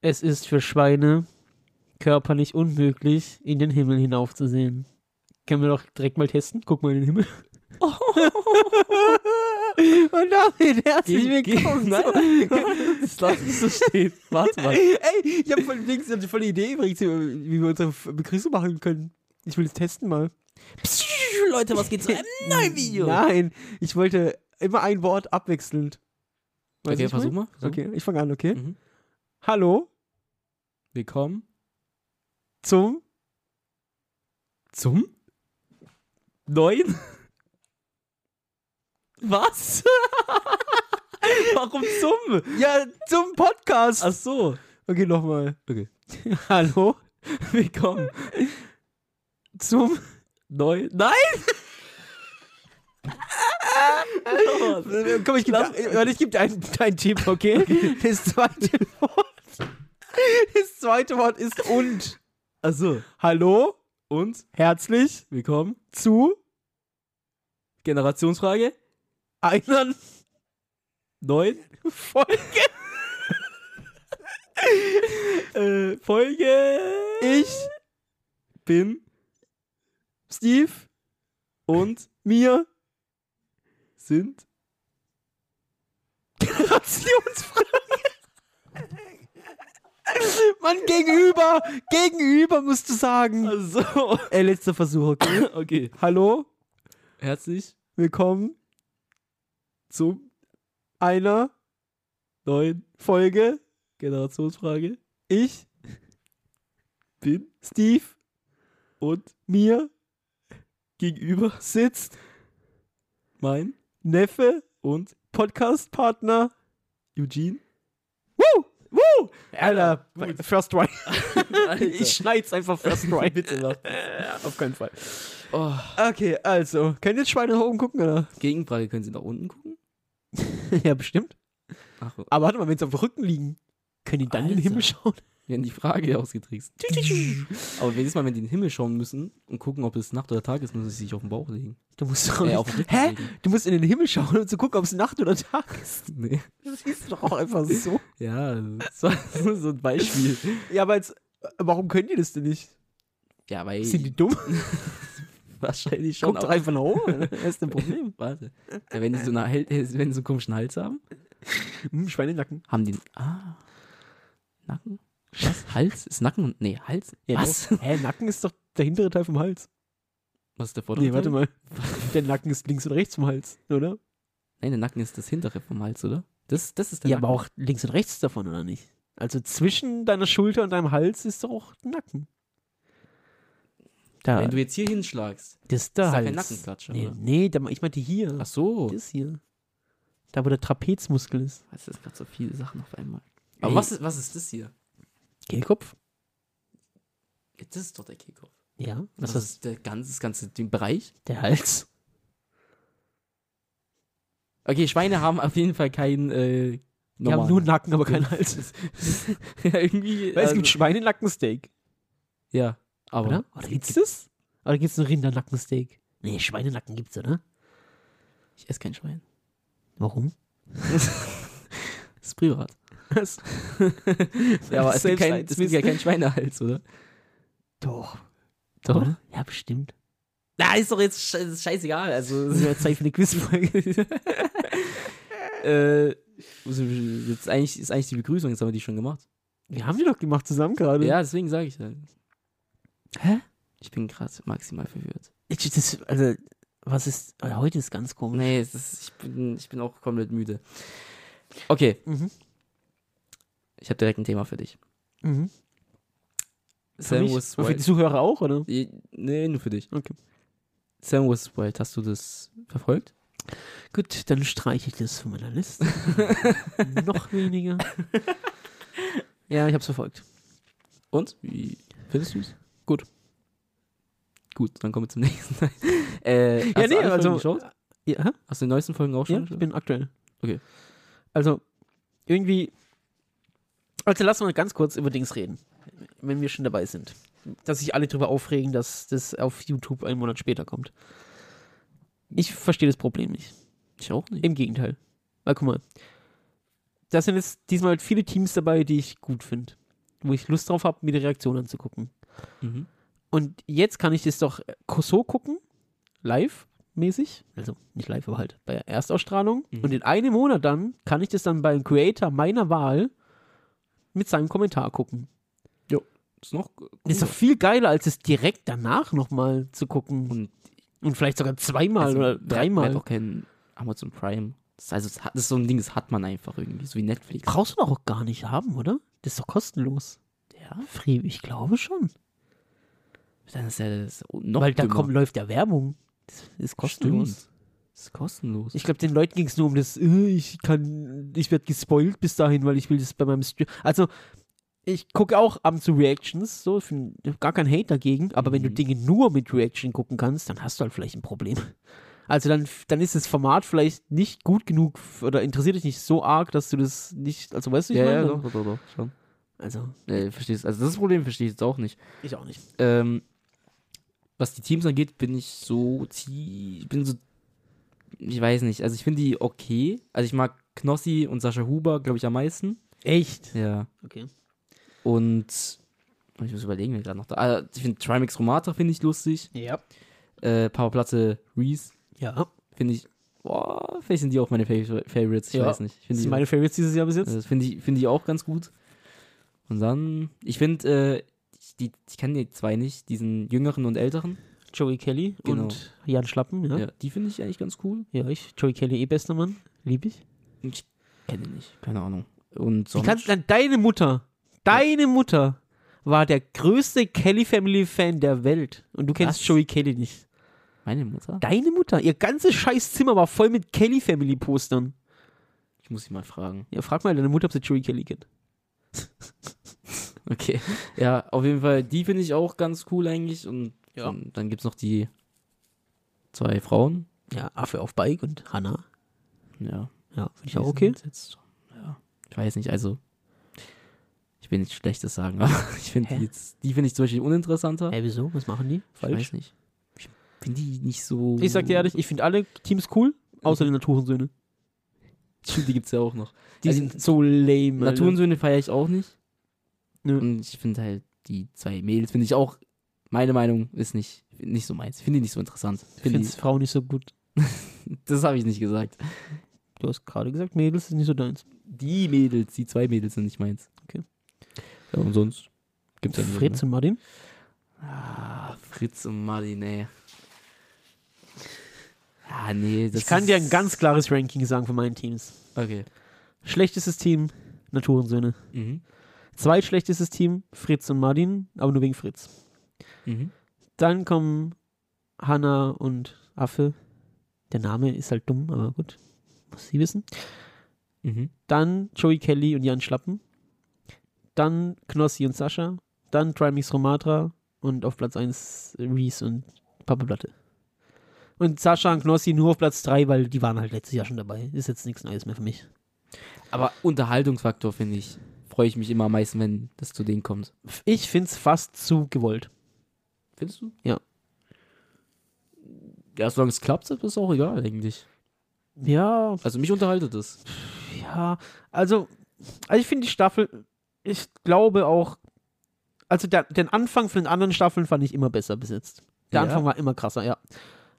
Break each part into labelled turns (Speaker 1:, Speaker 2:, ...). Speaker 1: Es ist für Schweine körperlich unmöglich, in den Himmel hinaufzusehen. Können wir doch direkt mal testen? Guck mal in den Himmel.
Speaker 2: Oh.
Speaker 1: Und damit herzlich
Speaker 2: Geh- geh-
Speaker 1: willkommen.
Speaker 2: Nein,
Speaker 1: zu-
Speaker 2: nein, das lass ich so stehen. Warte mal.
Speaker 1: Ey, ich habe voll, links- ich hab die volle Idee übrigens, wie wir unsere F- Begrüßung machen können. Ich will es testen mal.
Speaker 2: Psst, Leute, was geht zu einem neuen Video?
Speaker 1: Nein, ich wollte immer ein Wort abwechselnd. Weißt du,
Speaker 2: okay,
Speaker 1: ich
Speaker 2: versuch
Speaker 1: mein?
Speaker 2: mal. Versuch.
Speaker 1: Okay, ich fange an, okay?
Speaker 2: Mhm.
Speaker 1: Hallo
Speaker 2: Willkommen
Speaker 1: zum
Speaker 2: zum neuen. Was? Warum zum?
Speaker 1: Ja, zum Podcast.
Speaker 2: Ach so.
Speaker 1: Okay, nochmal.
Speaker 2: Okay.
Speaker 1: Hallo
Speaker 2: Willkommen
Speaker 1: zum
Speaker 2: neu. Nein! Oh,
Speaker 1: Äh, Komm, ich gebe
Speaker 2: Lass-
Speaker 1: dir, ich geb dir einen, einen Tipp, okay? Das zweite Wort. Das zweite Wort ist und.
Speaker 2: Ach so.
Speaker 1: Hallo,
Speaker 2: Und
Speaker 1: herzlich
Speaker 2: willkommen.
Speaker 1: zu
Speaker 2: Generationsfrage.
Speaker 1: einer
Speaker 2: Neun.
Speaker 1: Folge.
Speaker 2: Äh, Folge.
Speaker 1: Ich,
Speaker 2: bin
Speaker 1: Steve,
Speaker 2: und
Speaker 1: mir,
Speaker 2: sind.
Speaker 1: Generationsfrage. Mann, gegenüber, gegenüber musst du sagen.
Speaker 2: Also,
Speaker 1: Ey, letzter Versuch, okay?
Speaker 2: okay.
Speaker 1: Hallo,
Speaker 2: Herzlich
Speaker 1: willkommen
Speaker 2: zum
Speaker 1: einer
Speaker 2: neuen
Speaker 1: Folge.
Speaker 2: Genau, Generationsfrage.
Speaker 1: Ich,
Speaker 2: Bin
Speaker 1: Steve,
Speaker 2: und
Speaker 1: mir
Speaker 2: gegenüber
Speaker 1: sitzt
Speaker 2: mein
Speaker 1: Neffe,
Speaker 2: und
Speaker 1: Podcast-Partner.
Speaker 2: Eugene.
Speaker 1: Woo! Woo! Alter,
Speaker 2: Gut.
Speaker 1: first try.
Speaker 2: Alter.
Speaker 1: Ich schneid's einfach first try.
Speaker 2: Bitte mach.
Speaker 1: Äh, Auf keinen Fall.
Speaker 2: Oh.
Speaker 1: Okay, also. Können jetzt Schweine nach oben gucken, oder?
Speaker 2: Gegenfrage, können Sie nach unten gucken?
Speaker 1: ja, bestimmt.
Speaker 2: Ach,
Speaker 1: Aber warte mal, wenn sie auf dem Rücken liegen, können die dann in den
Speaker 2: Alter.
Speaker 1: Himmel schauen?
Speaker 2: wir haben die Frage ausgetrickst. Aber jedes Mal, wenn die in den Himmel schauen müssen und gucken, ob es Nacht oder Tag ist, müssen sie sich auf den Bauch legen.
Speaker 1: Du musst doch
Speaker 2: Äh,
Speaker 1: nicht-
Speaker 2: auf den Rücken
Speaker 1: Hä?
Speaker 2: legen.
Speaker 1: Du musst in den Himmel schauen, um zu gucken, ob es Nacht oder Tag ist.
Speaker 2: Nee.
Speaker 1: Das siehst du doch auch einfach so.
Speaker 2: Ja, das war so ein Beispiel.
Speaker 1: ja, aber jetzt, warum können die das denn nicht?
Speaker 2: Ja, weil
Speaker 1: Sind die dumm?
Speaker 2: wahrscheinlich schon
Speaker 1: Guck doch einfach nach oben. Das ist ein Problem.
Speaker 2: Warte. Ja, wenn die so, eine, Hel- wenn die so einen komischen Hals haben,
Speaker 1: Hm, Schweinenacken.
Speaker 2: haben die. Ah. Nacken? Was? Hals? Ist Nacken und. Nee, Hals? Was?
Speaker 1: Hä, Nacken ist doch der hintere Teil vom Hals.
Speaker 2: Was ist der vordere?
Speaker 1: Nee, warte
Speaker 2: Teil?
Speaker 1: mal. Der Nacken ist links und rechts vom Hals, oder?
Speaker 2: Nein, der Nacken ist das hintere vom Hals, oder? Das, das ist der
Speaker 1: Ja,
Speaker 2: Nacken.
Speaker 1: aber auch links und rechts davon, oder nicht? Also zwischen deiner Schulter und deinem Hals ist doch auch Nacken. Da,
Speaker 2: Wenn du jetzt hier hinschlagst.
Speaker 1: das ist der
Speaker 2: ist doch
Speaker 1: Hals.
Speaker 2: kein Nackenklatscher,
Speaker 1: nee,
Speaker 2: oder?
Speaker 1: nee da, ich meinte hier.
Speaker 2: Ach so.
Speaker 1: Das hier. Da, wo der Trapezmuskel ist.
Speaker 2: Das ist gerade so viele Sachen auf einmal. Aber
Speaker 1: Ey.
Speaker 2: was ist, was ist das hier?
Speaker 1: Kehlkopf?
Speaker 2: Ja, Das ist doch der Kehlkopf.
Speaker 1: Ja.
Speaker 2: Das,
Speaker 1: Was ist
Speaker 2: ist der ganze, das ganze den Bereich.
Speaker 1: der Hals?
Speaker 2: Okay, Schweine haben auf jeden Fall keinen. Äh,
Speaker 1: Die haben
Speaker 2: normalen-
Speaker 1: nur Nacken, aber keinen Hals.
Speaker 2: ja, irgendwie.
Speaker 1: Weil es
Speaker 2: also-
Speaker 1: gibt Schweinenackensteak.
Speaker 2: ja, aber.
Speaker 1: Oder? Oder gibt's das? Oder gibt's nur Rindernackensteak? Nee, Schweinenacken gibt's, oder?
Speaker 2: Ich esse kein Schwein.
Speaker 1: Warum?
Speaker 2: Das ist privat.
Speaker 1: Was?
Speaker 2: Ja, aber es
Speaker 1: Selbst
Speaker 2: gibt, kein,
Speaker 1: eins
Speaker 2: es gibt ja keinen Schweinehals, oder?
Speaker 1: Doch.
Speaker 2: Doch?
Speaker 1: Oder? Ja, bestimmt.
Speaker 2: Na, ist doch jetzt sche- ist scheißegal. Also,
Speaker 1: Das ist ja Zeit für eine Quizfrage.
Speaker 2: äh, muss ich- jetzt eigentlich, ist eigentlich die Begrüßung, jetzt haben wir die schon gemacht.
Speaker 1: Wir haben die doch gemacht zusammen gerade.
Speaker 2: Ja, deswegen sage ich halt.
Speaker 1: Hä?
Speaker 2: Ich bin gerade maximal verwirrt.
Speaker 1: Ich, das, also, was ist. Also heute ist ganz komisch.
Speaker 2: Nee, es ist, ich, bin, ich bin auch komplett müde. Okay,
Speaker 1: Mhm.
Speaker 2: ich habe direkt ein Thema für dich.
Speaker 1: Mhm. Für mich?
Speaker 2: Samus
Speaker 1: Und für die
Speaker 2: Wild.
Speaker 1: Zuhörer auch, oder?
Speaker 2: Nee, nur für dich.
Speaker 1: Okay.
Speaker 2: Samus Wild, hast du das verfolgt?
Speaker 1: Gut, dann streiche ich das von meiner Liste. Noch weniger. ja, ich hab's verfolgt.
Speaker 2: Und? Wie findest du es?
Speaker 1: Gut.
Speaker 2: Gut, dann kommen wir zum nächsten Teil. Äh, hast
Speaker 1: Ja,
Speaker 2: du
Speaker 1: nee,
Speaker 2: alle
Speaker 1: also-
Speaker 2: Folgen geschaut?
Speaker 1: Ja,
Speaker 2: Hast du die neuesten Folgen auch
Speaker 1: ja
Speaker 2: schon
Speaker 1: ich
Speaker 2: geschaut?
Speaker 1: bin aktuell.
Speaker 2: Okay.
Speaker 1: Also, irgendwie. Also, lass mal ganz kurz über Dings reden, wenn wir schon dabei sind. Dass sich alle drüber aufregen, dass das auf YouTube einen Monat später kommt. Ich verstehe das Problem nicht.
Speaker 2: Ich auch nicht.
Speaker 1: Im Gegenteil. Weil guck mal, da sind jetzt diesmal viele Teams dabei, die ich gut finde. wo ich Lust drauf habe, mir die Reaktion anzugucken.
Speaker 2: Mhm.
Speaker 1: Und jetzt kann ich das doch so gucken, live-mäßig, also nicht live, aber halt bei Erstausstrahlung.
Speaker 2: Mhm.
Speaker 1: Und in einem Monat dann kann ich das dann beim Creator meiner Wahl mit seinem Kommentar gucken.
Speaker 2: Ist noch
Speaker 1: Das ist doch viel geiler, als es direkt danach nochmal zu gucken. Und,
Speaker 2: Und- Also,
Speaker 1: vielleicht sogar zweimal oder
Speaker 2: Hat
Speaker 1: dreimal.
Speaker 2: auch kein Amazon Prime. Das ist, also, das hat- das ist so ein Ding, das hat man einfach irgendwie, so wie Netflix.
Speaker 1: Brauchst du doch auch gar nicht haben, oder? Das ist doch kostenlos. Ja, Free, ich glaube schon.
Speaker 2: Dann ist ja das noch
Speaker 1: Weil da
Speaker 2: dümmer.
Speaker 1: kommt, läuft ja Werbung. Das ist kostenlos.
Speaker 2: Stimmt. Das ist kostenlos.
Speaker 1: Ich glaube, den Leuten ging es nur um das, äh, ich kann, ich werde gespoilt bis dahin, weil ich will das bei meinem Stream. Also, ich gucke auch ab und zu Reactions, so, ich bin gar kein Hate dagegen, aber wenn du
Speaker 2: Mhm.
Speaker 1: Dinge nur mit Reaction gucken kannst, dann hast du halt vielleicht ein Problem. Also dann, dann ist das Format vielleicht nicht gut genug f- oder interessiert dich nicht so arg, dass du das nicht, also weißt du, ich
Speaker 2: ja,
Speaker 1: meine,
Speaker 2: ja, doch, doch, doch, doch, schon.
Speaker 1: also
Speaker 2: Äh, verstehst, also das Problem verstehe ich jetzt auch nicht.
Speaker 1: ich auch nicht.
Speaker 2: Ähm, was die Teams angeht, bin ich so, tie- ich bin so, ich weiß nicht, also ich finde die okay. Also ich mag Knossi und Sascha Huber, glaube ich, am meisten.
Speaker 1: Echt?
Speaker 2: Ja.
Speaker 1: Okay.
Speaker 2: Und ich muss überlegen, wer gerade noch da. Ah, ich finde Trimax Romata finde ich lustig.
Speaker 1: Ja.
Speaker 2: Äh, Papa Platte Reese
Speaker 1: Ja.
Speaker 2: finde ich. Boah, vielleicht sind die auch meine Favor Favorites, ich
Speaker 1: Ja,
Speaker 2: weiß nicht. Ich
Speaker 1: Das
Speaker 2: finde
Speaker 1: sind
Speaker 2: die,
Speaker 1: meine Favorites dieses Jahr bis jetzt.
Speaker 2: also das finde ich, finde ich auch ganz gut. Und dann, ich finde, äh, ich, die, ich kenne die zwei nicht, diesen jüngeren und älteren.
Speaker 1: Joey Kelly
Speaker 2: Genau.
Speaker 1: und Jan Schlappen, ja.
Speaker 2: Ja,
Speaker 1: Ja,
Speaker 2: die finde ich eigentlich ganz cool.
Speaker 1: ich, Joey Kelly eh bester Mann. Lieb ich.
Speaker 2: Ich kenne die nicht, keine Ahnung. Und
Speaker 1: Wie
Speaker 2: sonst,
Speaker 1: kannst, dann deine Mutter, deine Mutter war der größte Kelly Family Fan der Welt. Und du kennst
Speaker 2: Was?
Speaker 1: Joey Kelly nicht.
Speaker 2: meine Mutter,
Speaker 1: Deine Mutter, ihr ganzes scheiß Zimmer war voll mit Kelly Family Postern.
Speaker 2: ich muss sie mal fragen.
Speaker 1: Ja, frag mal deine Mutter, ob sie Joey Kelly kennt.
Speaker 2: Okay. Ja, auf jeden Fall, die finde ich auch ganz cool eigentlich. Und,
Speaker 1: Ja.
Speaker 2: und dann gibt es noch die zwei Frauen.
Speaker 1: Ja, Affe auf Bike und Hannah.
Speaker 2: Ja.
Speaker 1: Ja, finde ich
Speaker 2: die
Speaker 1: auch okay.
Speaker 2: sind Jetzt, ja. Ich weiß nicht, also. Ich will nichts Schlechtes sagen, aber ich finde
Speaker 1: Hä?
Speaker 2: die jetzt, die finde ich zum Beispiel uninteressanter.
Speaker 1: Hä, wieso? Was machen die?
Speaker 2: ich weiß nicht. Ich finde die nicht so.
Speaker 1: Ich sag dir ehrlich, ich finde alle Teams cool, außer die Naturensöhne.
Speaker 2: Stimmt, die gibt es ja auch noch.
Speaker 1: Die
Speaker 2: Also,
Speaker 1: sind so lame. Alter.
Speaker 2: Naturensöhne feiere ich auch nicht.
Speaker 1: Nö.
Speaker 2: Und ich finde halt die zwei Mädels, finde ich auch, meine Meinung ist nicht, nicht so meins. Finde die nicht so interessant.
Speaker 1: Ich
Speaker 2: Find
Speaker 1: finde
Speaker 2: die,
Speaker 1: Frauen nicht so gut.
Speaker 2: das habe ich nicht gesagt.
Speaker 1: Du hast gerade gesagt, Mädels ist nicht so deins.
Speaker 2: Die Mädels, die zwei Mädels sind nicht meins.
Speaker 1: Okay.
Speaker 2: Ja, und sonst gibt's ja niemanden,
Speaker 1: Fritz und Martin?
Speaker 2: ne? Ah, Fritz und Martin, ey. Ah, nee, das
Speaker 1: ich kann
Speaker 2: ist,
Speaker 1: dir ein ganz klares Ranking sagen von meinen Teams.
Speaker 2: Okay.
Speaker 1: Schlechtestes Team, Naturensöhne.
Speaker 2: Mhm.
Speaker 1: Zweitschlechtestes Team, Fritz und Martin, aber nur wegen Fritz.
Speaker 2: Mhm.
Speaker 1: Dann kommen Hanna und Affe. Der Name ist halt dumm, aber gut. Muss sie wissen.
Speaker 2: Mhm.
Speaker 1: Dann Joey Kelly und Jan Schlappen. Dann Knossi und Sascha. Dann Trimix Romatra. Und auf Platz 1 Reese und Papa Platte. Und Sascha und Knossi nur auf Platz 3, weil die waren halt letztes Jahr schon dabei. Ist jetzt nichts Neues mehr für mich.
Speaker 2: Aber Unterhaltungsfaktor finde ich, freue ich mich immer am meisten, wenn das zu denen kommt.
Speaker 1: Ich find's fast zu gewollt.
Speaker 2: Findest du?
Speaker 1: Ja.
Speaker 2: Ja, solange es klappt, ist es auch egal eigentlich.
Speaker 1: Ja,
Speaker 2: Also mich unterhaltet es.
Speaker 1: ja. Also, also ich finde die Staffel, ich glaube auch, also der, den Anfang von den anderen Staffeln fand ich immer besser besetzt. Der
Speaker 2: Ja?
Speaker 1: Anfang war immer krasser, ja.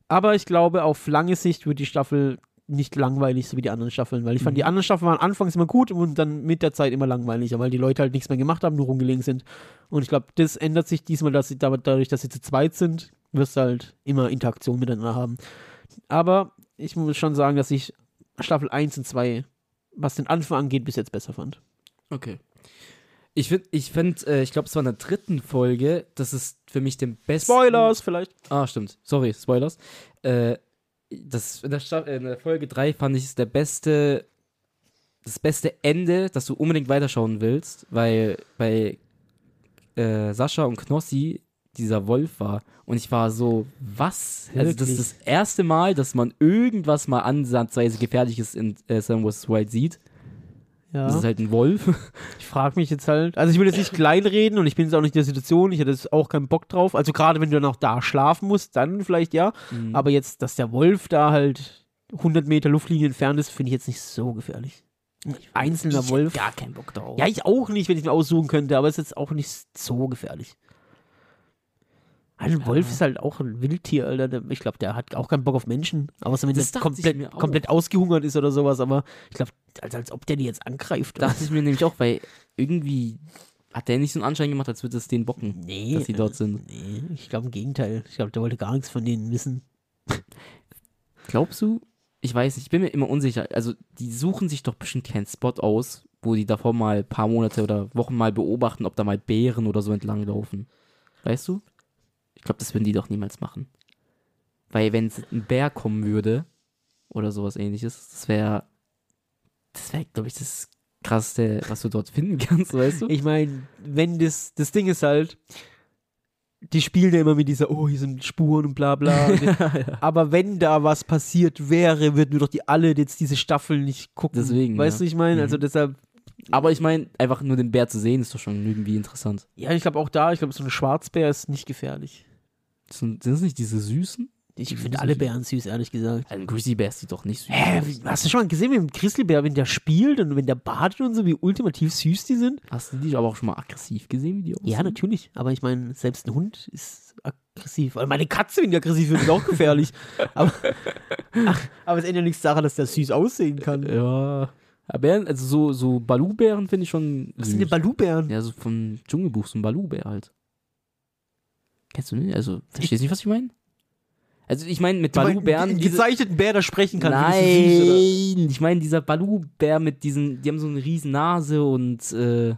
Speaker 1: Aber ich glaube, auf lange Sicht wird die Staffel nicht langweilig, so wie die anderen Staffeln, weil ich fand,
Speaker 2: Mhm.
Speaker 1: die anderen Staffeln waren anfangs immer gut und dann mit der Zeit immer langweiliger, weil die Leute halt nichts mehr gemacht haben, nur rumgelegen sind. Und ich glaube, das ändert sich diesmal, dass sie da- dadurch, dass sie zu zweit sind, wirst du halt immer Interaktion miteinander haben. Aber ich muss schon sagen, dass ich Staffel 1 und 2, was den Anfang angeht, bis jetzt besser fand.
Speaker 2: Okay. Ich finde, ich, find, äh, ich glaube, es war in der dritten Folge, das ist für mich den besten.
Speaker 1: Spoilers vielleicht.
Speaker 2: Ah, stimmt. Sorry, Spoilers. Äh, das, in, der Sta- in der Folge 3 fand ich es der beste, das beste Ende, dass du unbedingt weiterschauen willst, weil bei äh, Sascha und Knossi dieser Wolf war. Und ich war so, was? Also das ist das erste Mal, dass man irgendwas mal ansatzweise Gefährliches in äh, Sam vs. Wild sieht. Das
Speaker 1: Ja.
Speaker 2: ist halt ein Wolf.
Speaker 1: Ich frage mich jetzt halt, also ich will jetzt nicht kleinreden und ich bin jetzt auch nicht in der Situation, ich hätte jetzt auch keinen Bock drauf. Also gerade wenn du dann auch da schlafen musst, dann vielleicht ja.
Speaker 2: Mhm.
Speaker 1: Aber jetzt, dass der Wolf da halt 100 Meter Luftlinie entfernt ist, finde ich jetzt nicht so gefährlich. Ein einzelner
Speaker 2: Ich
Speaker 1: Wolf.
Speaker 2: hab gar keinen Bock drauf.
Speaker 1: Ja, ich auch nicht, wenn ich mir aussuchen könnte, aber es ist jetzt auch nicht so gefährlich. Ein Wolf ist halt auch ein Wildtier, Alter. Der- Ich glaube, der hat auch keinen Bock auf Menschen. Außer wenn
Speaker 2: Das
Speaker 1: der
Speaker 2: dachte ich
Speaker 1: komplett,
Speaker 2: mir auch.
Speaker 1: komplett ausgehungert ist oder sowas. Aber ich glaube, als, als ob der die jetzt angreift.
Speaker 2: Dachte ich mir nämlich auch, weil irgendwie hat der nicht so einen Anschein gemacht, als würde es den bocken,
Speaker 1: nee,
Speaker 2: dass die dort sind.
Speaker 1: nee, ich glaube im Gegenteil. Ich glaube, der wollte gar nichts von denen wissen.
Speaker 2: Glaubst du? Ich weiß nicht, ich bin mir immer unsicher. Also, die suchen sich doch bestimmt keinen Spot aus, wo die davor mal ein paar Monate oder Wochen mal beobachten, ob da mal Bären oder so entlanglaufen. Weißt du? Ich glaube, das würden die doch niemals machen. Weil, wenn ein Bär kommen würde oder sowas ähnliches, das wäre, das wäre, glaube ich, das Krasseste, was du dort finden kannst, weißt du?
Speaker 1: Ich meine, wenn das, das Ding ist halt, die spielen ja immer mit dieser, oh, hier sind Spuren und bla bla. Aber wenn da was passiert wäre, würden wir doch die alle jetzt diese Staffel nicht gucken.
Speaker 2: Deswegen,
Speaker 1: Weißt
Speaker 2: ja.
Speaker 1: du, ich meine?
Speaker 2: Mhm.
Speaker 1: Also deshalb,
Speaker 2: Aber ich meine, einfach nur den Bär zu sehen, ist doch schon irgendwie interessant.
Speaker 1: ja, ich glaube auch da, ich glaube, so ein Schwarzbär ist nicht gefährlich.
Speaker 2: Sind es nicht diese Süßen?
Speaker 1: Ich
Speaker 2: Die
Speaker 1: finde
Speaker 2: sind
Speaker 1: alle
Speaker 2: süß.
Speaker 1: Bären süß, ehrlich gesagt.
Speaker 2: Also ein Grizzly Bear sieht doch nicht süß
Speaker 1: Hä,
Speaker 2: aus.
Speaker 1: wie- hast du schon mal gesehen, mit dem Grizzlybär, wenn der spielt und wenn der badet und so, wie ultimativ süß die sind?
Speaker 2: Hast du die aber auch schon mal aggressiv gesehen, wie die aussehen?
Speaker 1: Ja, natürlich. Aber ich meine, selbst ein Hund ist aggressiv. Und meine Katze, wenn die aggressiv wird, ist auch gefährlich. aber, ach, aber es ändert nichts daran, dass der süß aussehen kann.
Speaker 2: Äh, Ja. Aber Bären, also so, so Balu-Bären finde ich schon.
Speaker 1: Was
Speaker 2: süß.
Speaker 1: sind denn Balubären?
Speaker 2: Ja, so vom Dschungelbuch, so ein Balu-Bär halt. Kennst du nicht? Also, verstehst du nicht, was ich meine? Also, ich meine, mit
Speaker 1: Du meinst,
Speaker 2: Balu-Bären.
Speaker 1: einen
Speaker 2: diese-
Speaker 1: gezeichneten Bär, der sprechen kann.
Speaker 2: Nein,
Speaker 1: findest du süß, oder?
Speaker 2: ich meine, dieser Balu-Bär mit diesen, die haben so eine riesen Nase und, äh,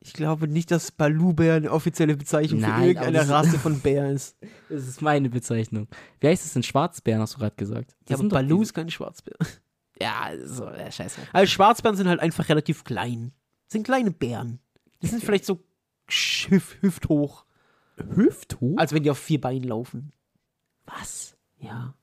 Speaker 1: Ich glaube nicht, dass Balubär eine offizielle Bezeichnung
Speaker 2: Nein,
Speaker 1: für
Speaker 2: aber
Speaker 1: irgendeine
Speaker 2: das ist-
Speaker 1: Rasse von Bären ist.
Speaker 2: Das ist meine Bezeichnung. Wie heißt es denn? Schwarzbären, hast du gerade gesagt.
Speaker 1: Ja, aber
Speaker 2: sind doch
Speaker 1: Balu ist kein Schwarzbär.
Speaker 2: diese- Ja, so, ja, scheiße.
Speaker 1: Also Schwarzbären sind halt einfach relativ klein. Sind kleine Bären. Die sind vielleicht so hüf hüfthoch.
Speaker 2: Hüfthoch?
Speaker 1: Als wenn die auf vier Beinen laufen.
Speaker 2: was?
Speaker 1: Ja,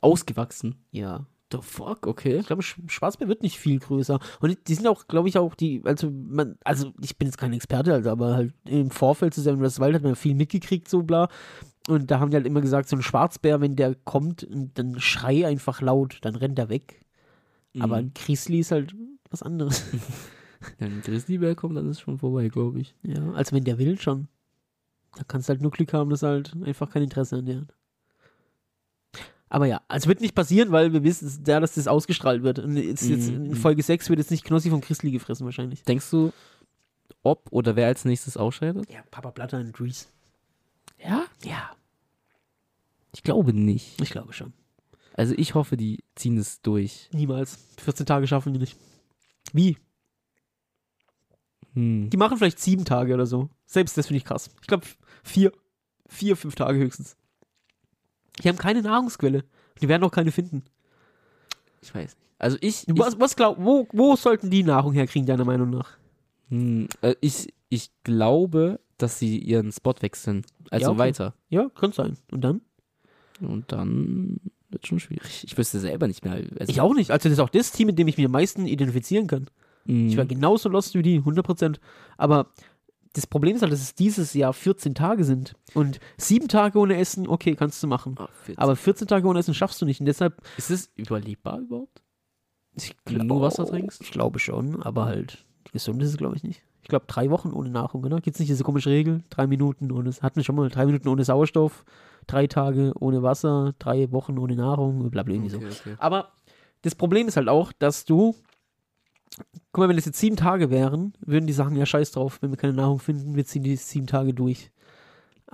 Speaker 2: Ausgewachsen.
Speaker 1: ja.
Speaker 2: The fuck, okay.
Speaker 1: Ich glaube, Sch- Schwarzbär wird nicht viel größer. Und die sind auch, glaube ich, auch die, also man, also ich bin jetzt kein Experte, also, aber halt im Vorfeld zu Seven vs. Wild hat man viel mitgekriegt, so bla. Und da haben die halt immer gesagt, so ein Schwarzbär, wenn der kommt, dann schrei einfach laut, dann rennt er weg. Aber
Speaker 2: Mhm.
Speaker 1: ein Grizzly ist halt was anderes.
Speaker 2: Wenn ein Grizzlybär kommt, dann ist schon vorbei, glaube ich.
Speaker 1: Ja, also wenn der will schon. Da kannst du halt nur Glück haben, dass er halt einfach kein Interesse an dir hat. Aber ja, es wird nicht passieren, weil wir wissen, es- ja, dass das ausgestrahlt wird. Und jetzt, jetzt
Speaker 2: Mhm.
Speaker 1: in Folge 6 wird jetzt nicht Knossi vom Christli gefressen wahrscheinlich.
Speaker 2: Denkst du, ob oder wer als nächstes ausscheidet?
Speaker 1: Ja, Papa Blatter und Reese.
Speaker 2: Ja?
Speaker 1: Ja,
Speaker 2: Ich glaube nicht.
Speaker 1: ich glaube schon.
Speaker 2: Also ich hoffe, die ziehen es durch.
Speaker 1: Niemals. 14 Tage schaffen die nicht. Wie?
Speaker 2: Hm.
Speaker 1: Die machen vielleicht sieben Tage oder so. Selbst das finde ich krass. Ich glaube vier, vier, fünf Tage höchstens. Die haben keine Nahrungsquelle. Die werden auch keine finden.
Speaker 2: Ich weiß nicht. Also ich, ich,
Speaker 1: Was, was glaub, wo, wo sollten die Nahrung herkriegen, deiner Meinung nach?
Speaker 2: hm, äh, ich, ich glaube, dass sie ihren Spot wechseln. Also
Speaker 1: Ja, okay.
Speaker 2: weiter.
Speaker 1: Ja, könnte sein. Und dann?
Speaker 2: Und dann wird schon schwierig. Ich wüsste selber nicht mehr. Also,
Speaker 1: Ich auch nicht. Also das ist auch das Team, mit dem ich mich am meisten identifizieren kann.
Speaker 2: Mh.
Speaker 1: Ich war genauso lost wie die, 100%. Aber das Problem ist halt, dass es dieses Jahr 14 Tage sind. Und sieben Tage ohne Essen, okay, kannst du machen.
Speaker 2: Ah, 14.
Speaker 1: Aber 14 Tage ohne Essen schaffst du nicht. Und deshalb,
Speaker 2: ist es überlebbar überhaupt?
Speaker 1: ich
Speaker 2: Wenn du nur Wasser trinkst?
Speaker 1: Ich glaube schon, aber halt, gesund ist es, glaube ich, nicht. Ich glaube, drei Wochen ohne Nahrung, oder? Gibt es nicht diese komische Regel? Drei Minuten ohne, hatten wir schon mal, drei Minuten ohne Sauerstoff, drei Tage ohne Wasser, drei Wochen ohne Nahrung, blablabla, irgendwie so. Aber das Problem ist halt auch, dass du, guck mal, wenn es jetzt sieben Tage wären, würden die sagen, ja scheiß drauf, wenn wir keine Nahrung finden, wir ziehen die sieben Tage durch.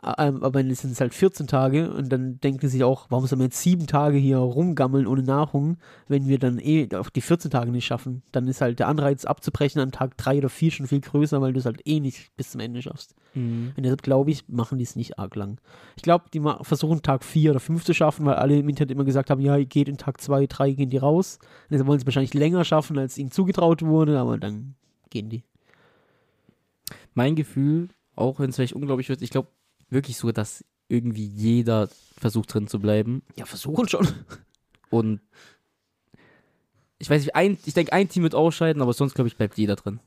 Speaker 1: Ähm, Aber dann sind es halt 14 Tage und dann denken sie sich auch, warum sollen wir jetzt sieben Tage hier rumgammeln ohne Nahrung, wenn wir dann eh auf die 14 Tage nicht schaffen. Dann ist halt der Anreiz abzubrechen an Tag drei oder vier schon viel größer, weil du es halt eh nicht bis zum Ende schaffst.
Speaker 2: Mhm.
Speaker 1: Und deshalb glaube ich, machen die es nicht arg lang. Ich glaube, die ma- versuchen Tag 4 oder 5 zu schaffen, weil alle im Internet immer gesagt haben, ja, ihr geht in Tag 2, 3 gehen die raus. Und deshalb wollen sie es wahrscheinlich länger schaffen, als ihnen zugetraut wurde, aber dann gehen die.
Speaker 2: Mein Gefühl, auch wenn es vielleicht unglaublich wird, ich glaube wirklich so, dass irgendwie jeder versucht drin zu bleiben.
Speaker 1: Ja, versuchen schon.
Speaker 2: Und ich weiß nicht, ein, ich denke, ein Team wird ausscheiden, aber sonst glaube ich, bleibt jeder drin.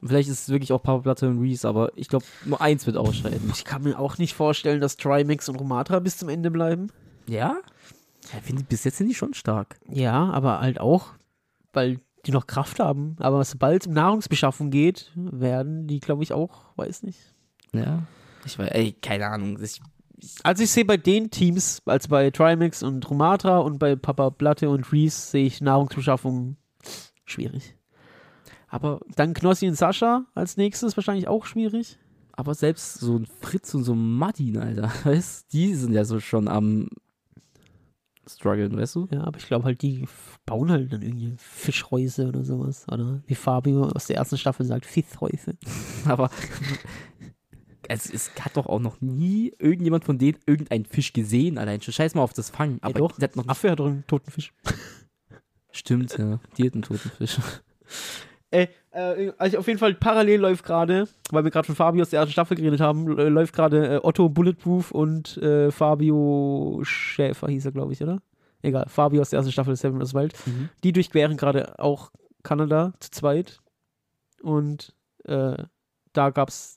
Speaker 2: Und vielleicht ist es wirklich auch Papa Platte und Reese, aber ich glaube, nur eins wird ausscheiden.
Speaker 1: Ich kann mir auch nicht vorstellen, dass Trimax und Romatra bis zum Ende bleiben.
Speaker 2: Ja? ja find, bis jetzt sind die schon stark.
Speaker 1: Ja, aber halt auch, weil die noch Kraft haben. Aber sobald es um Nahrungsbeschaffung geht, werden die, glaube ich, auch, weiß nicht.
Speaker 2: Ja. Ich weiß, ey, keine Ahnung. Ich,
Speaker 1: Also ich sehe bei den Teams, also bei Trimax und Romatra und bei Papa Blatte und Reese, sehe ich Nahrungsbeschaffung schwierig. Aber dann Knossi und Sascha als nächstes wahrscheinlich auch schwierig.
Speaker 2: aber selbst so ein Fritz und so ein Martin, Alter, weißt die sind ja so schon am struggeln, weißt du?
Speaker 1: Ja, aber ich glaube halt, die f- bauen halt dann irgendwie Fischhäuse oder sowas. Oder wie Fabio aus der ersten Staffel sagt, Fischhäuse.
Speaker 2: Aber es, es hat doch auch noch nie irgendjemand von denen irgendeinen Fisch gesehen, allein schon. Scheiß mal auf das Fangen. Aber
Speaker 1: doch.
Speaker 2: die hat noch
Speaker 1: Affe hat doch einen toten Fisch.
Speaker 2: Stimmt, ja. Die hat einen toten Fisch.
Speaker 1: Äh, äh, also auf jeden Fall parallel läuft gerade, weil wir gerade von Fabio aus der ersten Staffel geredet haben, äh, läuft gerade äh, Otto Bulletproof und äh, Fabio Schäfer hieß er, glaube ich, oder? Egal, Fabio aus der ersten Staffel Seven vs. Wild.
Speaker 2: Mhm.
Speaker 1: Die durchqueren gerade auch Kanada zu zweit. Und äh, da gab's.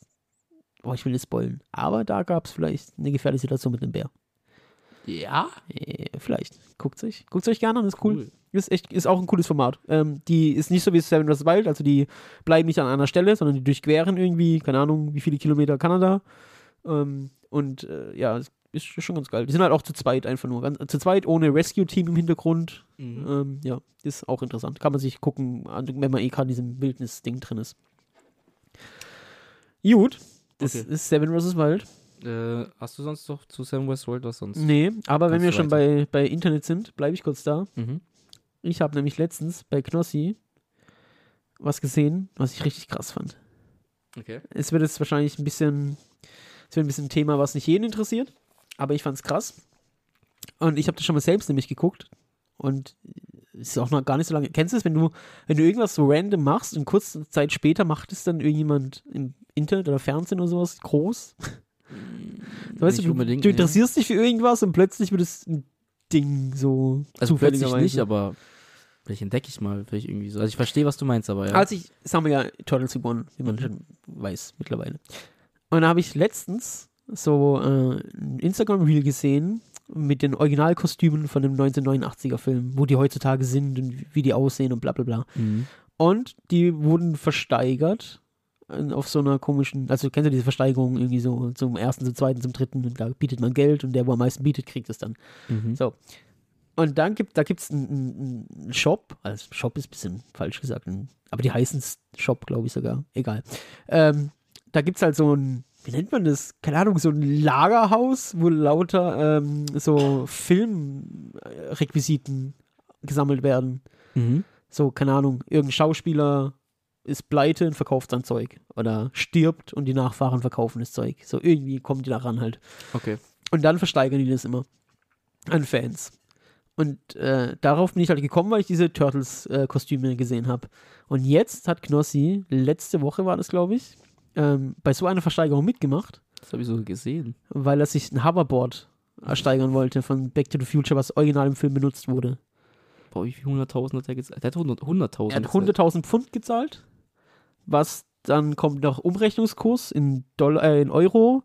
Speaker 1: Boah, ich will nicht spoilen. Aber da gab's vielleicht eine gefährliche Situation mit einem Bär.
Speaker 2: Ja?
Speaker 1: Äh, vielleicht. Guckt euch. Guckt euch gerne an, ist cool. Ist echt, ist auch ein cooles Format. Ähm, die ist nicht so wie Seven vs. Wild, also die bleiben nicht an einer Stelle, sondern die durchqueren irgendwie, keine Ahnung, wie viele Kilometer Kanada. Ähm, und äh, ja, es ist schon ganz geil. Die sind halt auch zu zweit einfach nur. Ganz, zu zweit ohne Rescue-Team im Hintergrund.
Speaker 2: Mhm.
Speaker 1: Ähm, ja, ist auch interessant. Kann man sich gucken, an- wenn man eh gerade in diesem Wildnis-Ding drin ist. Gut, das
Speaker 2: Okay.
Speaker 1: ist Seven vs. Wild.
Speaker 2: Äh, hast du sonst noch zu Sam Westworld was sonst?
Speaker 1: Nee, aber wenn
Speaker 2: Kannst
Speaker 1: wir
Speaker 2: du
Speaker 1: schon bei, bei Internet sind, bleibe ich kurz da.
Speaker 2: Mhm.
Speaker 1: Ich habe nämlich letztens bei Knossi was gesehen, was ich richtig krass fand.
Speaker 2: Okay.
Speaker 1: Es wird jetzt wahrscheinlich ein bisschen, es wird ein bisschen ein Thema, was nicht jeden interessiert, aber ich fand es krass. Und ich habe das schon mal selbst nämlich geguckt und es ist auch noch gar nicht so lange. Kennst du es, wenn du, wenn du irgendwas so random machst und kurze Zeit später macht es dann irgendjemand im Internet oder Fernsehen oder sowas groß? Weißt
Speaker 2: nicht
Speaker 1: du, du,
Speaker 2: unbedingt,
Speaker 1: du
Speaker 2: nee.
Speaker 1: interessierst dich für irgendwas und plötzlich wird es ein Ding so
Speaker 2: Also plötzlich
Speaker 1: zufälligerweise.
Speaker 2: nicht, aber vielleicht entdecke ich mal, vielleicht irgendwie so. Also ich verstehe, was du meinst, aber ja.
Speaker 1: Als Also ich, das haben wir ja Turtles gewonnen, wie man schon weiß mittlerweile. Und da habe ich letztens so äh, ein Instagram-Reel gesehen mit den Originalkostümen von dem 1989er-Film, wo die heutzutage sind und wie die aussehen und bla bla bla.
Speaker 2: mhm.
Speaker 1: Und die wurden versteigert äh, auf so einer komischen, also kennst du diese Versteigerung irgendwie so zum ersten, zum zweiten, zum dritten und da bietet man Geld und der, wo am meisten bietet, kriegt es dann.
Speaker 2: Mhm.
Speaker 1: Und dann gibt da gibt's einen- einen einen Shop, also Shop ist ein bisschen falsch gesagt, ein- aber die heißen es Shop, glaube ich sogar, egal. Ähm, da gibt es halt so ein, wie nennt man das? Keine Ahnung, so ein Lagerhaus, wo lauter ähm, so Filmrequisiten gesammelt werden.
Speaker 2: Mhm.
Speaker 1: So, keine Ahnung, irgendein Schauspieler ist pleite und verkauft sein Zeug. Oder stirbt und die Nachfahren verkaufen das Zeug. So, irgendwie kommen die daran halt.
Speaker 2: Okay.
Speaker 1: Und dann versteigern die das immer an Fans. Und äh, darauf bin ich halt gekommen, weil ich diese Turtles-Kostüme gesehen habe. Und jetzt hat Knossi, letzte Woche war das, glaube ich, ähm, bei so einer Versteigerung mitgemacht,
Speaker 2: Das habe ich so gesehen.
Speaker 1: weil er sich ein Hoverboard ersteigern wollte von Back to the Future, was original im Film benutzt wurde.
Speaker 2: Boah, wie viel 100.000 hat er gezahlt? Der hat 100 100.000.
Speaker 1: Er hat
Speaker 2: gezahlt.
Speaker 1: 100.000 Pfund gezahlt, was dann kommt noch Umrechnungskurs in, Dollar, äh, in Euro,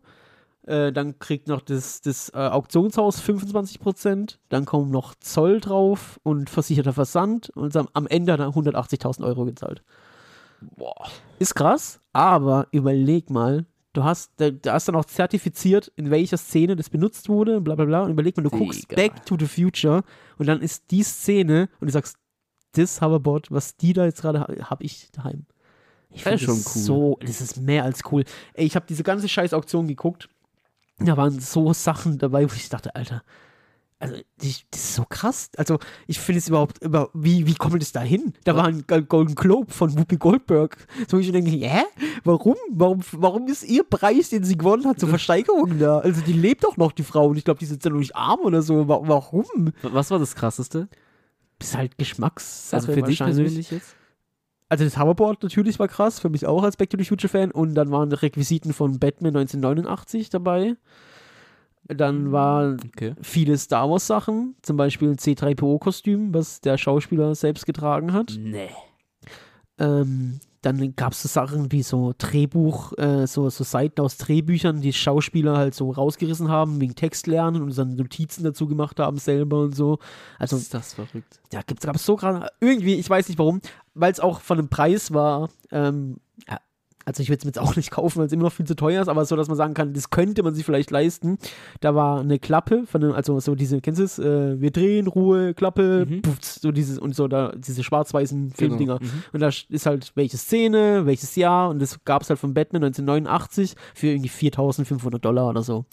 Speaker 1: äh, dann kriegt noch das, das äh, Auktionshaus 25%, dann kommen noch Zoll drauf und versicherter Versand und am, am Ende hat er 180.000 Euro gezahlt.
Speaker 2: Boah.
Speaker 1: Ist krass, aber überleg mal, du hast, da, da ist dann auch zertifiziert, in welcher Szene das benutzt wurde, bla bla bla. Und überleg mal, du guckst
Speaker 2: Digga.
Speaker 1: Back to the Future und dann ist die Szene und du sagst, das Hoverboard, was die da jetzt gerade ha- hab ich daheim. Ich
Speaker 2: Das
Speaker 1: finde
Speaker 2: ist
Speaker 1: schon
Speaker 2: schon cool.
Speaker 1: cool. so, das ist mehr als cool. Ey, ich habe diese ganze scheiß Auktion geguckt. Da waren so Sachen dabei, wo ich dachte, Alter, also ich, das ist so krass. Also ich finde es überhaupt, über, wie, wie kommt es da hin? Da war ein Go- Golden Globe von Whoopi Goldberg. So ich denke, hä? Warum? Warum, warum ist ihr Preis, den sie gewonnen hat, zur Versteigerung da? Also die lebt doch noch, die Frau. Und ich glaube, die sitzt ja noch nicht arm oder so. Wa- Warum?
Speaker 2: Wa- Was war das krasseste?
Speaker 1: Ist halt Geschmackssache
Speaker 2: Also für dich
Speaker 1: wahrscheinlich.
Speaker 2: persönlich jetzt?
Speaker 1: Also das Hoverboard natürlich war krass, für mich auch als Back to the Future Fan. Und dann waren Requisiten von Batman 1989 dabei. Dann war
Speaker 2: Okay.
Speaker 1: viele Star Wars Sachen, zum Beispiel ein C3PO Kostüm, was der Schauspieler selbst getragen hat.
Speaker 2: Nee.
Speaker 1: Ähm, Dann gab es so Sachen wie so Drehbuch, äh, so, so Seiten aus Drehbüchern, die Schauspieler halt so rausgerissen haben, wegen Textlernen und dann Notizen dazu gemacht haben selber und so. Also
Speaker 2: ist das verrückt.
Speaker 1: da gibt's, gab es so gerade irgendwie, ich weiß nicht warum, weil es auch von einem Preis war. Ähm, ja, also ich würde es jetzt auch nicht kaufen, weil es immer noch viel zu teuer ist, aber so, dass man sagen kann, das könnte man sich vielleicht leisten. Da war eine Klappe von einem, also so diese, kennst du es? Äh, wir drehen, Ruhe, Klappe,
Speaker 2: Mhm.
Speaker 1: puff, so dieses und so da diese schwarz-weißen
Speaker 2: Genau.
Speaker 1: Filmdinger.
Speaker 2: Mhm.
Speaker 1: Und da ist halt welche Szene, welches Jahr und das gab es halt von Batman 1989 für irgendwie 4.500 Dollar oder so.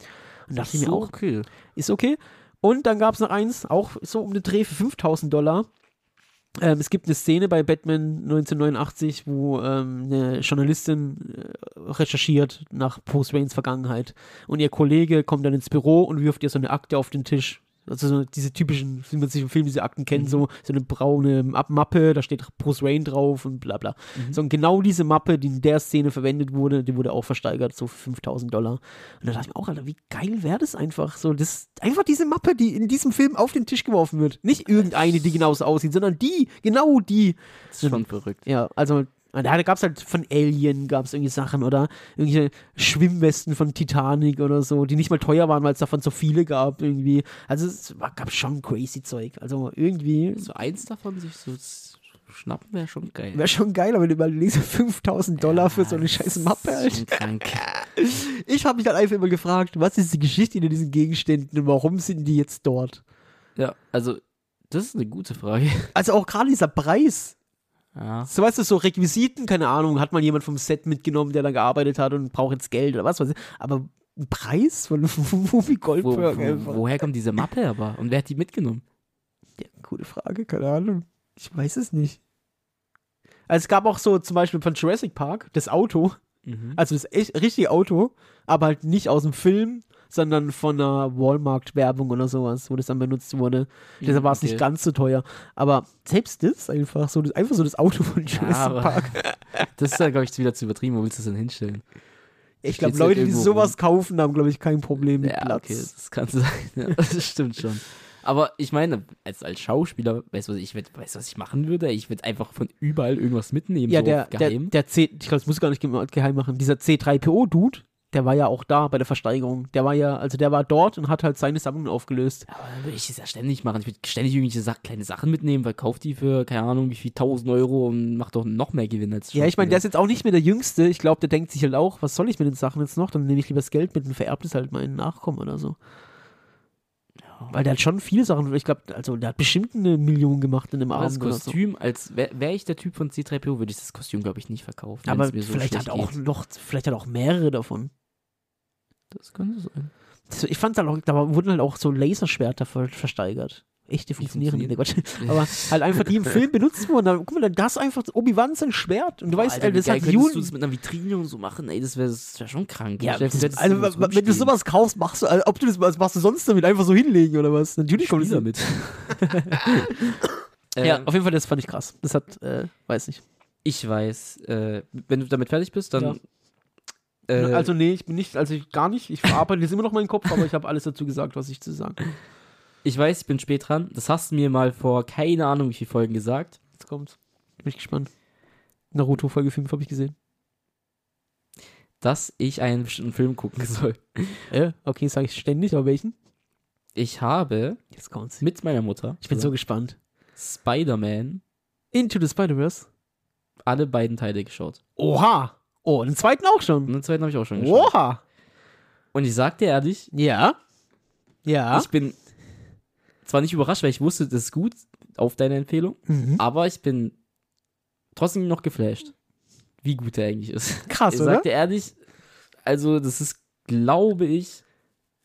Speaker 1: Und dachte ich mir
Speaker 2: So
Speaker 1: auch,
Speaker 2: okay.
Speaker 1: ist okay. Und dann gab es noch eins, auch so um den Dreh für 5000 Dollar. Ähm, es gibt eine Szene bei Batman 1989, wo ähm, eine Journalistin äh, recherchiert nach Bruce Waynes Vergangenheit. Und ihr Kollege kommt dann ins Büro und wirft ihr so eine Akte auf den Tisch. Also so diese typischen, wie man sich im Film diese Akten kennt, so, so eine braune Ab- Mappe, da steht Bruce Wayne drauf und bla bla. So, und genau diese Mappe, die in der Szene verwendet wurde, die wurde auch versteigert, so für 5000 Dollar. Und da dachte ich mir auch, Alter, wie geil wäre das einfach? So, das, einfach diese Mappe, die in diesem Film auf den Tisch geworfen wird. Nicht irgendeine, die genauso aussieht, sondern die, genau die.
Speaker 2: Das ist schon verrückt.
Speaker 1: Ja, also, da gab es halt von Alien gab es irgendwie Sachen oder irgendwelche Schwimmwesten von Titanic oder so, die nicht mal teuer waren, weil es davon so viele gab irgendwie. Also es war, gab schon crazy Zeug. Also irgendwie
Speaker 2: So eins davon sich so z- schnappen wäre schon geil.
Speaker 1: wäre schon geil, aber wenn du überlegst, 5000 Dollar für so eine
Speaker 2: das
Speaker 1: scheiße Mappe,
Speaker 2: ist
Speaker 1: Alter.
Speaker 2: schon krank.
Speaker 1: Ich habe mich dann einfach immer gefragt, was ist die Geschichte hinter diesen Gegenständen und warum sind die jetzt dort?
Speaker 2: Ja, also, das ist eine gute Frage.
Speaker 1: Also auch gerade dieser Preis.
Speaker 2: Ja.
Speaker 1: So weißt du, so Requisiten, keine Ahnung, hat mal jemand vom Set mitgenommen, der da gearbeitet hat und braucht jetzt Geld oder was weiß ich. Aber ein Preis von Whoopi
Speaker 2: Wo,
Speaker 1: Goldberg
Speaker 2: wo,
Speaker 1: einfach.
Speaker 2: woher kommt diese Mappe aber? Und wer hat die mitgenommen?
Speaker 1: Ja, gute Frage, keine Ahnung. Ich weiß es nicht. Also es gab auch so zum Beispiel von Jurassic Park das Auto, also das echt, richtige Auto, aber halt nicht aus dem Film, sondern von einer Walmart-Werbung oder sowas, wo das dann benutzt wurde. Deshalb war es nicht
Speaker 2: Mhm, Okay.
Speaker 1: ganz so teuer. Aber selbst das einfach so, das, einfach so das Auto von Jurassic
Speaker 2: aber-
Speaker 1: Park.
Speaker 2: Das ist ja, glaube ich, wieder zu übertrieben. Wo willst du das denn hinstellen?
Speaker 1: Ich glaube,
Speaker 2: steht's halt
Speaker 1: Leute, die
Speaker 2: irgendwo
Speaker 1: sowas kaufen, haben, glaube ich, kein Problem mit
Speaker 2: Ja,
Speaker 1: Platz.
Speaker 2: okay, das kann sein. Ja, das stimmt schon. Aber ich meine, als, als Schauspieler, weißt du, was ich, würd- weißt, du, was ich machen würde? Ich würde einfach von überall irgendwas mitnehmen,
Speaker 1: Ja,
Speaker 2: so
Speaker 1: der, der,
Speaker 2: geheim.
Speaker 1: der C, ich glaube, das muss gar nicht geme- geheim machen. Dieser C3PO-Dude, der war ja auch da bei der Versteigerung. Der war ja, also der war dort und hat halt seine Sammlung aufgelöst.
Speaker 2: Aber dann würde Äh, ich das ja ständig machen. Ich würde ständig irgendwelche Sa kleine Sachen mitnehmen, weil kauf die für, keine Ahnung, wie viel, 1000 Euro und macht doch noch mehr Gewinn als
Speaker 1: Ja, ich meine, der
Speaker 2: Schauspieler.
Speaker 1: ist jetzt auch nicht mehr der Jüngste. Ich glaube, der denkt sich halt auch, was soll ich mit den Sachen jetzt noch? Dann nehme ich lieber das Geld mit und vererbe das halt meinen Nachkommen oder so. Weil der hat schon viele Sachen, ich glaube, also der hat bestimmt eine Million gemacht in einem
Speaker 2: Aber das
Speaker 1: Abend oder so.
Speaker 2: Kostüm, als wäre wär ich der Typ von C3PO, würde ich das Kostüm, glaube ich, nicht verkaufen. wenn's
Speaker 1: Aber
Speaker 2: mir so
Speaker 1: vielleicht
Speaker 2: schlecht
Speaker 1: hat er auch
Speaker 2: geht.
Speaker 1: noch, vielleicht hat er auch mehrere davon.
Speaker 2: Das könnte sein.
Speaker 1: Das, ich fand halt auch, da wurden halt auch so Laserschwerter ver versteigert. Echte funktionieren
Speaker 2: funktionieren?
Speaker 1: Quatsch. Aber halt einfach, die im Film benutzt wurden. Dann, guck mal, dann das einfach Obi-Wan sein Schwert. Und du weißt, Alter, das
Speaker 2: wie geil
Speaker 1: hat
Speaker 2: könntest du
Speaker 1: Juden.
Speaker 2: das mit einer Vitrine und so machen? Ey, das wäre das wär schon krank.
Speaker 1: Ja,
Speaker 2: Stell dir vor,
Speaker 1: das,
Speaker 2: hättest
Speaker 1: also,
Speaker 2: das
Speaker 1: wenn du
Speaker 2: rumstehen.
Speaker 1: sowas kaufst, machst du, also, ob du das was machst du sonst damit? Einfach so hinlegen oder was? Natürlich kommt das
Speaker 2: Spieler mit. Äh,
Speaker 1: Ja, auf jeden Fall, das fand ich krass. Das hat, äh, weiß nicht.
Speaker 2: ich weiß. Äh, wenn du damit fertig bist, dann. Äh,
Speaker 1: also, nee, ich bin nicht, also ich, gar nicht. Ich verarbeite jetzt immer noch meinen Kopf, aber ich habe alles dazu gesagt, was ich zu sagen
Speaker 2: ich weiß, ich bin spät dran. Das hast du mir mal vor keine Ahnung wie viel Folgen gesagt.
Speaker 1: Jetzt kommt's. Bin ich gespannt. Naruto Folge 5 habe ich gesehen.
Speaker 2: dass ich einen bestimmten Film gucken soll.
Speaker 1: Äh, okay, sage ich ständig, aber welchen?
Speaker 2: Ich habe
Speaker 1: Jetzt kommt's.
Speaker 2: mit meiner Mutter
Speaker 1: Ich bin so gespannt.
Speaker 2: Spider-Man
Speaker 1: Into the Spider-Verse.
Speaker 2: alle beiden Teile geschaut.
Speaker 1: Oha! Oh, den zweiten auch
Speaker 2: Und
Speaker 1: schon.
Speaker 2: den zweiten habe ich auch schon geschaut.
Speaker 1: Oha!
Speaker 2: Und ich sag dir ehrlich,
Speaker 1: Mhm. Ja. Ja.
Speaker 2: ich bin zwar nicht überrascht, weil ich wusste, das ist gut auf deine Empfehlung,
Speaker 1: Mhm.
Speaker 2: aber ich bin trotzdem noch geflasht, wie gut der eigentlich ist.
Speaker 1: Krass,
Speaker 2: ich
Speaker 1: oder?
Speaker 2: sag dir ehrlich, also das ist, glaube ich,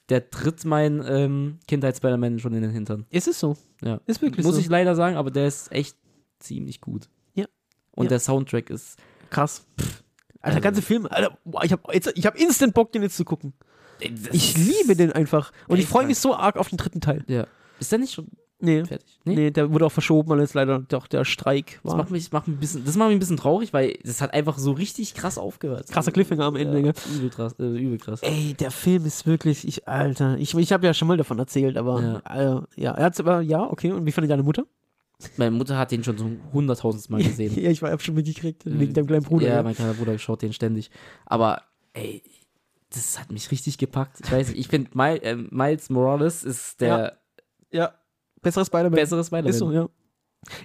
Speaker 2: der tritt mein ähm, Kindheits-Spider-Man schon in den Hintern.
Speaker 1: Ist es so?
Speaker 2: Ja.
Speaker 1: Ist wirklich
Speaker 2: Muss
Speaker 1: so.
Speaker 2: ich leider sagen, aber der ist echt ziemlich gut.
Speaker 1: Ja.
Speaker 2: Und
Speaker 1: Ja.
Speaker 2: der Soundtrack ist.
Speaker 1: Krass. Pff. Alter,
Speaker 2: Also-
Speaker 1: der ganze Film. Alter, boah, ich habe ich hab instant Bock, den jetzt zu gucken. Ich liebe den einfach. Und ich
Speaker 2: Echt,
Speaker 1: freue
Speaker 2: Mann.
Speaker 1: mich so arg auf den dritten Teil.
Speaker 2: Ja. Ist der nicht schon
Speaker 1: Nee.
Speaker 2: fertig?
Speaker 1: Nee, der wurde auch verschoben, weil jetzt leider doch der Streik
Speaker 2: Das
Speaker 1: war.
Speaker 2: macht, mich, macht mich ein bisschen, das macht mich ein bisschen traurig, weil das hat einfach so richtig krass aufgehört.
Speaker 1: Krasser Cliffhanger am Ende,
Speaker 2: Ja,
Speaker 1: gell?
Speaker 2: übel krass. Äh, übel krass.
Speaker 1: Ey, der Film ist wirklich, ich, Alter, ich, ich habe ja schon mal davon erzählt, aber ja, äh, ja, er hat's aber, ja okay. Und wie fand ihr deine Mutter?
Speaker 2: Meine Mutter hat den schon so hunderttausendmal gesehen.
Speaker 1: Ja, ich war schon mitgekriegt, wegen deinem kleinen Bruder.
Speaker 2: ja,
Speaker 1: Ja,
Speaker 2: mein kleiner Bruder schaut den ständig. Aber ey, das hat mich richtig gepackt. Ich weiß nicht, ich finde My, äh, Miles Morales ist der
Speaker 1: ja. besseres Spider-Man.
Speaker 2: bessere Spider-Man.
Speaker 1: Ist so, ja.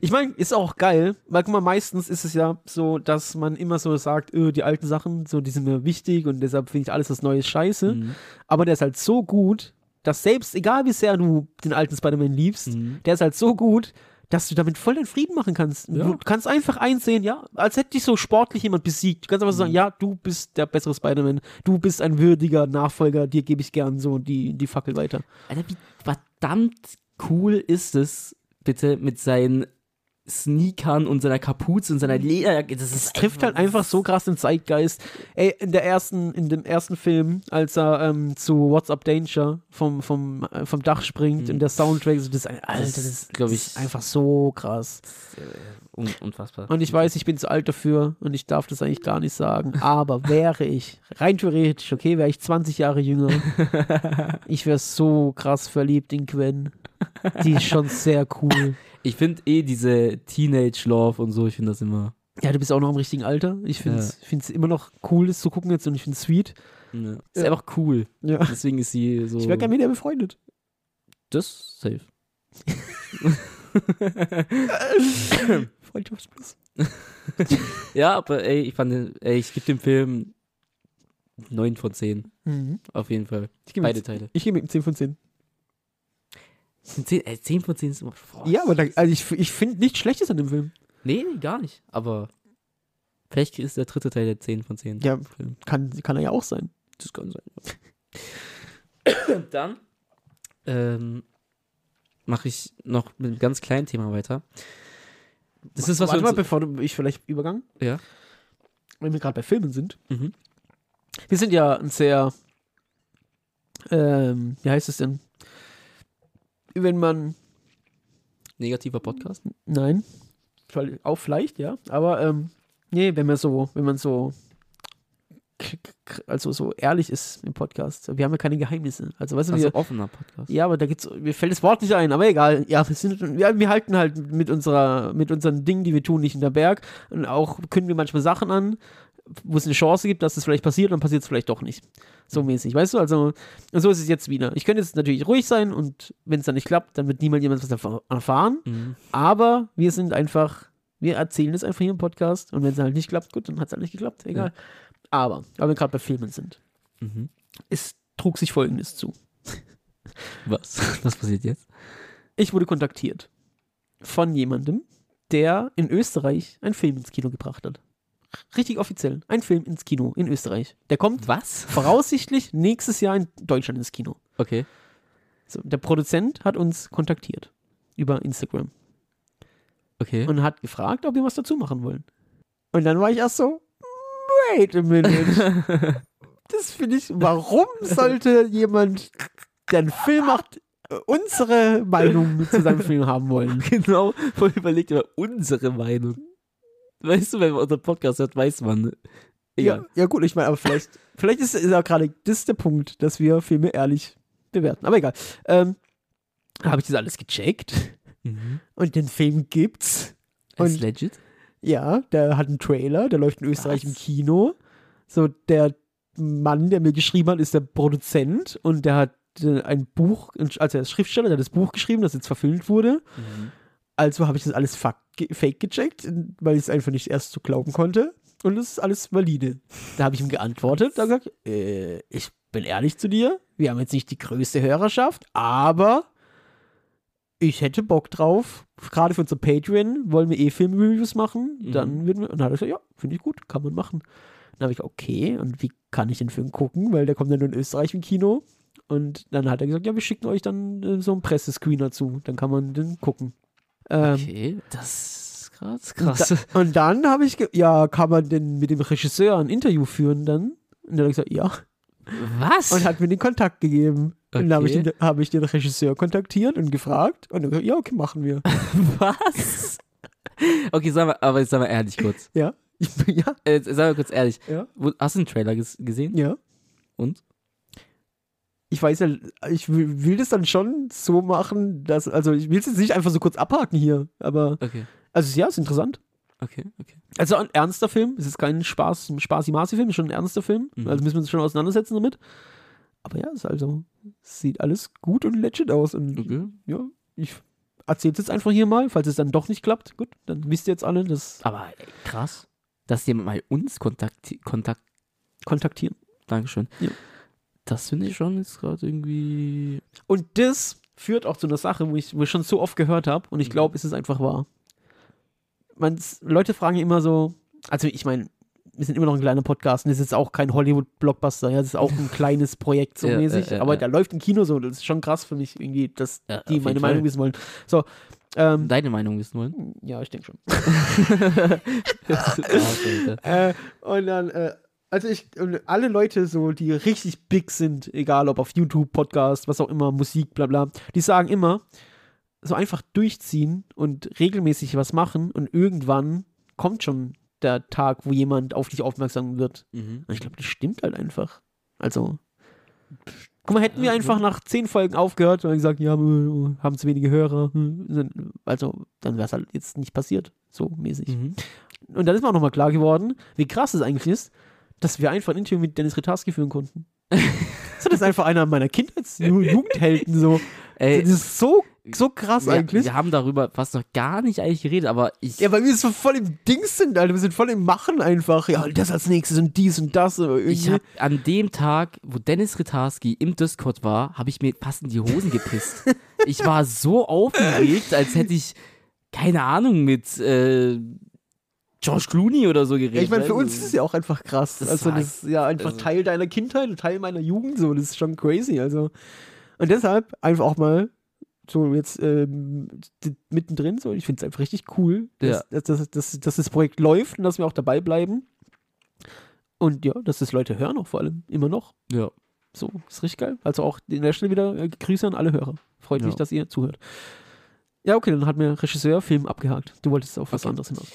Speaker 1: Ich meine, ist auch geil, weil guck mal, meistens ist es ja so, dass man immer so sagt, öh, die alten Sachen, so die sind mir wichtig und deshalb finde ich alles das Neue scheiße.
Speaker 2: Mhm.
Speaker 1: Aber der ist halt so gut, dass selbst, egal wie sehr du den alten Spider-Man liebst,
Speaker 2: Mhm.
Speaker 1: der ist halt so gut, dass du damit voll den Frieden machen kannst.
Speaker 2: Ja.
Speaker 1: Du kannst einfach einsehen, ja, als hätte dich so sportlich jemand besiegt. Du kannst einfach so
Speaker 2: Mhm.
Speaker 1: sagen, ja, du bist der bessere Spider-Man, du bist ein würdiger Nachfolger, dir gebe ich gern so die, die Fackel weiter.
Speaker 2: Alter, wie verdammt cool ist es, bitte, mit seinen Sneakern und seiner Kapuze und seiner Lederjacke. Das, ist
Speaker 1: trifft halt einfach so krass den Zeitgeist. Ey, in der ersten, in dem ersten Film, als er ähm, zu What's Up Danger vom, vom, äh, vom Dach springt und der Soundtrack, so das, Alter, das ist,
Speaker 2: glaub ich-
Speaker 1: das ist einfach so krass.
Speaker 2: un unfassbar.
Speaker 1: Und ich weiß, ich bin zu alt dafür und ich darf das eigentlich gar nicht sagen, aber wäre ich, rein theoretisch, okay, wäre ich 20 Jahre jünger, ich wäre so krass verliebt in Gwen. Die ist schon sehr cool.
Speaker 2: Ich finde eh diese Teenage-Love und so, ich finde das immer.
Speaker 1: Ja, du bist auch noch im richtigen Alter. Ich finde es immer noch cool, das zu gucken jetzt und ich finde es sweet.
Speaker 2: Ne, ist einfach cool.
Speaker 1: Ja.
Speaker 2: Deswegen ist sie so.
Speaker 1: Ich wäre gerne mit ihr befreundet.
Speaker 2: das safe.
Speaker 1: Freundschaftsplus.
Speaker 2: Ja, aber ey, ich fand, den- ey, ich gebe dem Film 9 von 10.
Speaker 1: Mhm.
Speaker 2: Auf jeden Fall.
Speaker 1: Ich gebe
Speaker 2: Beide
Speaker 1: mit,
Speaker 2: Teile.
Speaker 1: ich geb mit 10 von 10.
Speaker 2: 10, ey, 10 von 10 ist immer. Boah.
Speaker 1: Ja, aber da, also ich, ich finde nichts Schlechtes an dem Film.
Speaker 2: Nee, nee, gar nicht. Aber vielleicht ist der dritte Teil der 10 von 10.
Speaker 1: Ja, kann, kann er ja auch sein.
Speaker 2: Das kann sein. Ja. Dann ähm, mache ich noch mit einem ganz kleinen Thema weiter. Das ist was
Speaker 1: Warte
Speaker 2: wir
Speaker 1: mal,
Speaker 2: uns,
Speaker 1: bevor du- ich vielleicht übergang,
Speaker 2: Ja.
Speaker 1: wenn wir gerade bei Filmen sind.
Speaker 2: Mhm.
Speaker 1: Wir sind ja ein sehr, ähm, wie heißt es denn? Wenn man,
Speaker 2: Negativer Podcast.
Speaker 1: nein, vielleicht- auch vielleicht, ja, aber ähm, nee, wenn man so, wenn man so, k- k- also so ehrlich ist im Podcast. Wir haben ja keine Geheimnisse. Also, weißt du, wir,
Speaker 2: Also offener Podcast.
Speaker 1: Ja, aber da gibt's, mir fällt das Wort nicht ein, aber egal. Ja, wir, sind, ja, wir halten halt mit unserer, mit unseren Dingen, die wir tun, nicht in der Berg. Und auch können wir manchmal Sachen an, wo es eine Chance gibt, dass es vielleicht passiert, dann passiert es vielleicht doch nicht. So mäßig, weißt du? Also, und so ist es jetzt wieder. Ich könnte jetzt natürlich ruhig sein und wenn es dann nicht klappt, dann wird niemand jemand was erf- erfahren.
Speaker 2: Mhm.
Speaker 1: Aber wir sind einfach, wir erzählen es einfach hier im Podcast und wenn es halt nicht klappt, gut, dann hat es halt nicht geklappt, egal. Aber, weil wir gerade bei Filmen sind,
Speaker 2: Mhm.
Speaker 1: es trug sich Folgendes zu.
Speaker 2: Was? Was passiert jetzt?
Speaker 1: Ich wurde kontaktiert von jemandem, der in Österreich einen Film ins Kino gebracht hat. Richtig offiziell. Ein Film ins Kino in Österreich. Der kommt
Speaker 2: Was?
Speaker 1: voraussichtlich nächstes Jahr in Deutschland ins Kino.
Speaker 2: Okay.
Speaker 1: So, der Produzent hat uns kontaktiert über Instagram
Speaker 2: Okay.
Speaker 1: und hat gefragt, ob wir was dazu machen wollen. Und dann war ich erst so, wait a minute. Das finde ich, warum sollte jemand, der einen Film macht, unsere Meinung zu seinem Film haben wollen?
Speaker 2: genau, voll überlegt über unsere Meinung. Weißt du, wenn man unseren Podcast hört, weiß man. ne?
Speaker 1: Ja,
Speaker 2: Egal.
Speaker 1: ja gut, ich meine, aber vielleicht, vielleicht ist, ist auch gerade das der Punkt, dass wir Filme ehrlich bewerten. Aber egal. Ähm, da habe ich das alles gecheckt
Speaker 2: Mhm.
Speaker 1: und den Film gibt's.
Speaker 2: Ist
Speaker 1: Und
Speaker 2: legit.
Speaker 1: ja, der hat einen Trailer, der läuft in Österreich
Speaker 2: Was?
Speaker 1: im Kino. So, der Mann, der mir geschrieben hat, ist der Produzent und der hat äh, ein Buch, also er ist Schriftsteller, der hat das Buch geschrieben, das jetzt verfilmt wurde. Also habe ich das alles fuck, ge- fake gecheckt, weil ich es einfach nicht erst so glauben konnte. Und das ist alles valide. Da habe ich ihm geantwortet, da gesagt, äh, ich bin ehrlich zu dir, wir haben jetzt nicht die größte Hörerschaft, aber ich hätte Bock drauf. Gerade für unser Patreon wollen wir eh Filmreviews machen.
Speaker 2: Mhm.
Speaker 1: Dann würden wir. Und dann hat er gesagt, ja, finde ich gut, kann man machen. Dann habe ich, okay, und wie kann ich den Film gucken? Weil der kommt ja nur in Österreich im Kino. Und dann hat er gesagt, ja, wir schicken euch dann äh, so einen Pressescreen dazu. Dann kann man den gucken. Ähm,
Speaker 2: Okay, das ist krass. krass.
Speaker 1: und dann habe ich, ge- ja, kann man denn mit dem Regisseur ein Interview führen dann? Und dann hat er gesagt, ja.
Speaker 2: Was?
Speaker 1: Und hat mir den Kontakt gegeben. Und dann habe ich,
Speaker 2: Okay.
Speaker 1: den- habe ich den Regisseur kontaktiert und gefragt. Und er hat gesagt, ja, okay, machen wir.
Speaker 2: was? okay, sag mal, aber jetzt sag mal ehrlich kurz.
Speaker 1: Ja. Ich bin, ja,
Speaker 2: Äh, jetzt sag mal kurz ehrlich.
Speaker 1: Ja.
Speaker 2: Wo- Hast du den Trailer ges gesehen?
Speaker 1: ja.
Speaker 2: Und?
Speaker 1: ich weiß ja, ich will, will das dann schon so machen, dass, also ich will es jetzt nicht einfach so kurz abhaken hier, aber,
Speaker 2: Okay,
Speaker 1: also ja, ist interessant.
Speaker 2: okay, okay.
Speaker 1: Also ein ernster Film, es ist kein Spaß, Spaßi-Masi-Film, ist schon ein ernster Film,
Speaker 2: Mhm.
Speaker 1: also müssen wir uns schon auseinandersetzen damit. Aber ja, ist also, sieht alles gut und legit aus und
Speaker 2: okay.
Speaker 1: ja, ich erzähl's jetzt einfach hier mal, falls es dann doch nicht klappt, gut, dann wisst ihr jetzt alle, das
Speaker 2: Aber ey, krass, dass jemand mal uns kontakt, kontakt
Speaker 1: kontaktieren.
Speaker 2: Dankeschön.
Speaker 1: Ja.
Speaker 2: Das finde ich schon jetzt gerade irgendwie.
Speaker 1: Und das führt auch zu einer Sache, wo ich, wo ich schon so oft gehört habe und ich
Speaker 2: Mhm.
Speaker 1: glaube, es ist einfach wahr. Man, Leute fragen immer so, also ich meine, wir sind immer noch ein kleiner Podcast und es ist auch kein Hollywood-Blockbuster, ja, es ist auch ein kleines Projekt so
Speaker 2: Ja,
Speaker 1: mäßig,
Speaker 2: ja, ja,
Speaker 1: aber
Speaker 2: ja.
Speaker 1: da läuft ein Kino so, das ist schon krass für mich irgendwie, dass
Speaker 2: Ja, auf
Speaker 1: die
Speaker 2: jeden
Speaker 1: meine
Speaker 2: Fall.
Speaker 1: Meinung wissen wollen. So, ähm,
Speaker 2: Deine Meinung wissen wollen.
Speaker 1: ja, ich denke schon.
Speaker 2: Ah, Alter.
Speaker 1: Äh, und dann, äh, also ich, und alle Leute so, die richtig big sind, egal ob auf YouTube, Podcast, was auch immer, Musik, bla bla, die sagen immer, so einfach durchziehen und regelmäßig was machen und irgendwann kommt schon der Tag, wo jemand auf dich aufmerksam wird.
Speaker 2: mhm.
Speaker 1: Und ich glaube, das stimmt halt einfach. Also, guck mal, hätten wir einfach nach zehn Folgen aufgehört und gesagt, ja, äh, haben zu wenige Hörer, hm, also, dann wäre es halt jetzt nicht passiert, so mäßig.
Speaker 2: Mhm.
Speaker 1: Und dann ist mir auch nochmal klar geworden, wie krass es eigentlich ist, dass wir einfach ein Interview mit Dennis Retarski führen konnten. so, das ist einfach einer meiner Kindheits-Jugendhelden so.
Speaker 2: Ey,
Speaker 1: das ist so, so krass
Speaker 2: Äh, wir,
Speaker 1: eigentlich.
Speaker 2: wir haben darüber fast noch gar nicht eigentlich geredet, aber ich.
Speaker 1: Ja, weil wir so voll im Dings sind, Alter. Wir sind voll im Machen einfach. Ja, das als nächstes und dies und das. äh, aber Irgendwie.
Speaker 2: Ich habe an dem Tag, wo Dennis Ritarski im Discord war, habe ich mir fast in die Hosen gepisst. ich war so aufgeregt, als hätte ich keine Ahnung mit äh, George Clooney oder so geredet.
Speaker 1: ja, ich meine, für
Speaker 2: Also,
Speaker 1: uns ist es ja auch einfach krass.
Speaker 2: Das
Speaker 1: also,
Speaker 2: war-
Speaker 1: das ist ja einfach
Speaker 2: also-
Speaker 1: Teil deiner Kindheit, Teil meiner Jugend. So, das ist schon crazy. Also, und deshalb einfach auch mal so jetzt ähm, d- mittendrin. So, ich finde es einfach richtig cool, dass, dass, dass, dass, dass das Projekt läuft und dass wir auch dabei bleiben. Und ja, dass das Leute hören auch vor allem immer noch.
Speaker 2: ja.
Speaker 1: So, ist richtig geil. Also auch an der Stelle wieder äh, Grüße an alle Hörer. Freut mich,
Speaker 2: Ja.
Speaker 1: dass ihr zuhört. Ja, okay, dann hat mir Regisseur Film abgehakt. Du wolltest auf was
Speaker 2: Okay.
Speaker 1: anderes hinaus.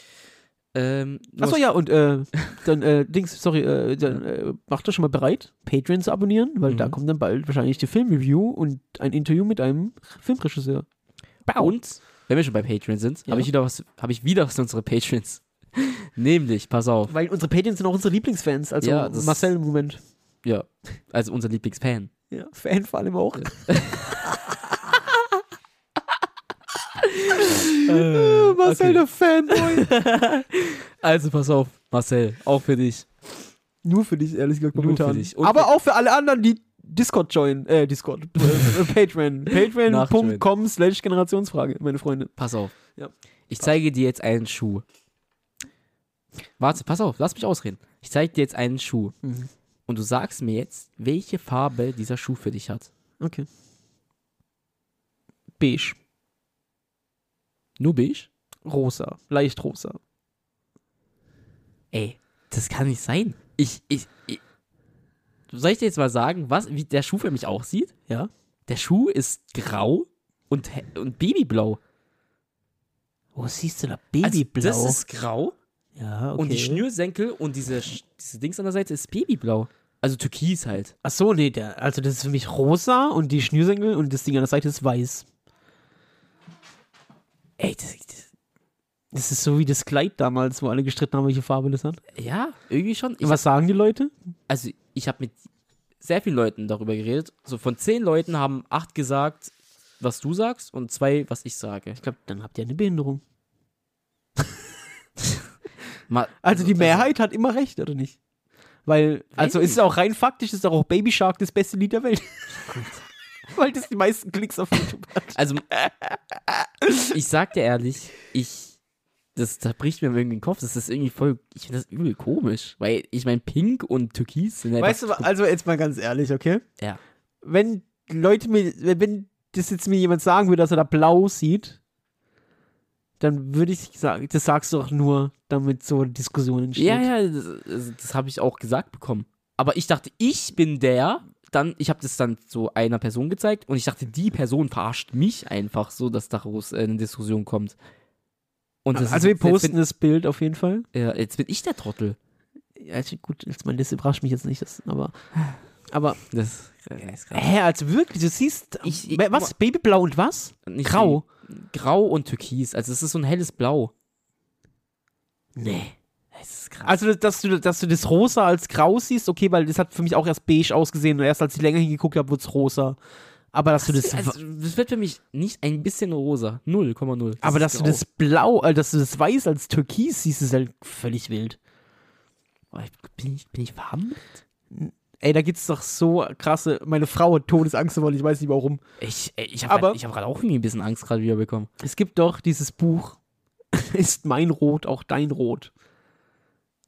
Speaker 2: Ähm, du
Speaker 1: Achso,
Speaker 2: hast-
Speaker 1: ja, und äh, dann, äh, Dings, sorry, äh, dann äh, macht das schon mal bereit, Patreon zu abonnieren, weil da
Speaker 2: Mhm.
Speaker 1: kommt dann bald wahrscheinlich die Filmreview und ein Interview mit einem Filmregisseur.
Speaker 2: Und, wenn wir schon bei Patreon sind,
Speaker 1: Ja.
Speaker 2: habe ich wieder was, habe ich wieder was für unsere Patrons. Nämlich, pass auf,
Speaker 1: Weil unsere Patreons sind auch unsere Lieblingsfans, also
Speaker 2: Ja, das-
Speaker 1: Marcel im Moment.
Speaker 2: ja, also unser Lieblingsfan.
Speaker 1: Ja, Fan vor allem auch.
Speaker 2: Äh,
Speaker 1: Marcel,
Speaker 2: okay.
Speaker 1: der Fanboy.
Speaker 2: Also pass auf, Marcel, auch für dich.
Speaker 1: Nur für dich, ehrlich gesagt,
Speaker 2: Nur
Speaker 1: momentan.
Speaker 2: für dich. Und-
Speaker 1: Aber auch für alle anderen, die Discord joinen, äh, Discord, äh, Patreon. Patreon.com slash Generationsfrage, meine Freunde.
Speaker 2: Pass auf.
Speaker 1: Ja.
Speaker 2: Ich zeige dir jetzt einen Schuh. Warte, pass auf, lass mich ausreden. Ich zeige dir jetzt einen Schuh.
Speaker 1: Mhm.
Speaker 2: Und du sagst mir jetzt, welche Farbe dieser Schuh für dich hat.
Speaker 1: Okay. Beige.
Speaker 2: Nur beige?
Speaker 1: Rosa. Leicht rosa.
Speaker 2: Ey, das kann nicht sein. Ich, ich, ich. Soll ich dir jetzt mal sagen, was, wie der Schuh für mich aussieht?
Speaker 1: Ja.
Speaker 2: Der Schuh ist grau und, he- und babyblau.
Speaker 1: Wo siehst du da
Speaker 2: Also das ist grau
Speaker 1: ja, okay.
Speaker 2: und die Schnürsenkel und diese, Sch- diese Dings an der Seite ist babyblau. Also türkis halt.
Speaker 1: Ach so, nee, der, also das ist für mich rosa und die Schnürsenkel und das Ding an der Seite ist weiß.
Speaker 2: Ey, das, das,
Speaker 1: Das ist so wie das Kleid damals, wo alle gestritten haben, welche Farbe das hat.
Speaker 2: ja, irgendwie schon. Ich
Speaker 1: Was sagen die Leute?
Speaker 2: also ich habe mit sehr vielen Leuten darüber geredet. So von zehn Leuten haben acht gesagt, was du sagst und zwei, was ich sage.
Speaker 1: Ich glaube, dann habt ihr eine Behinderung.
Speaker 2: Ma-
Speaker 1: Also die Mehrheit hat immer recht, oder nicht? Weil, also
Speaker 2: ich
Speaker 1: ist es auch rein faktisch, ist auch Baby Shark das beste Lied der Welt. Weil das die meisten Klicks auf YouTube hat.
Speaker 2: Also ich sag dir ehrlich, ich das da bricht mir irgendwie den Kopf. Das ist irgendwie voll. Ich finde das übel komisch, weil ich mein Pink und Türkis sind einfach.
Speaker 1: Weißt du, also jetzt mal ganz ehrlich, okay?
Speaker 2: Ja.
Speaker 1: Wenn Leute mir, wenn wenn das jetzt mir jemand sagen würde, dass er da blau sieht, dann würde ich sagen, das sagst du doch nur, damit so Diskussionen entsteht.
Speaker 2: Ja, ja, das, das- das habe ich auch gesagt bekommen. Aber ich dachte, ich bin der. Dann, ich habe das dann so einer Person gezeigt und ich dachte, die Person verarscht mich einfach so, dass daraus äh, eine Diskussion kommt. Und das
Speaker 1: Also wir
Speaker 2: ist,
Speaker 1: posten
Speaker 2: Jetzt äh,
Speaker 1: das Bild auf jeden Fall.
Speaker 2: bin, ja, jetzt bin ich der Trottel.
Speaker 1: Ja, also gut, jetzt mal, das überrascht mich jetzt nicht, das, aber Aber,
Speaker 2: Das, äh, das ist krass.
Speaker 1: hä, also wirklich, du siehst,
Speaker 2: Ich-
Speaker 1: äh,
Speaker 2: ich-
Speaker 1: was, Babyblau und was?
Speaker 2: Nicht
Speaker 1: Grau?
Speaker 2: wie- Grau und Türkis. Also es ist so ein helles Blau.
Speaker 1: Nee.
Speaker 2: Das ist krass.
Speaker 1: Also, dass du, dass du das Rosa als Grau siehst, okay, weil das hat für mich auch erst beige ausgesehen und erst als ich länger hingeguckt habe, wurde es rosa. Aber dass du das,
Speaker 2: also, das wird für mich nicht ein bisschen rosa. 0,0. Das
Speaker 1: aber
Speaker 2: ist
Speaker 1: dass du
Speaker 2: grau.
Speaker 1: das Blau, äh, dass du das Weiß als Türkis siehst, ist halt völlig wild.
Speaker 2: Oh, ich- Bin ich, bin ich verhammelt?
Speaker 1: Ey, da gibt's doch so krasse, meine Frau hat Todesangst davon, ich weiß nicht warum.
Speaker 2: Ich, ey, ich
Speaker 1: Aber-
Speaker 2: habe hab gerade auch irgendwie ein bisschen Angst gerade wieder bekommen.
Speaker 1: Es gibt doch dieses Buch, ist mein Rot auch dein Rot?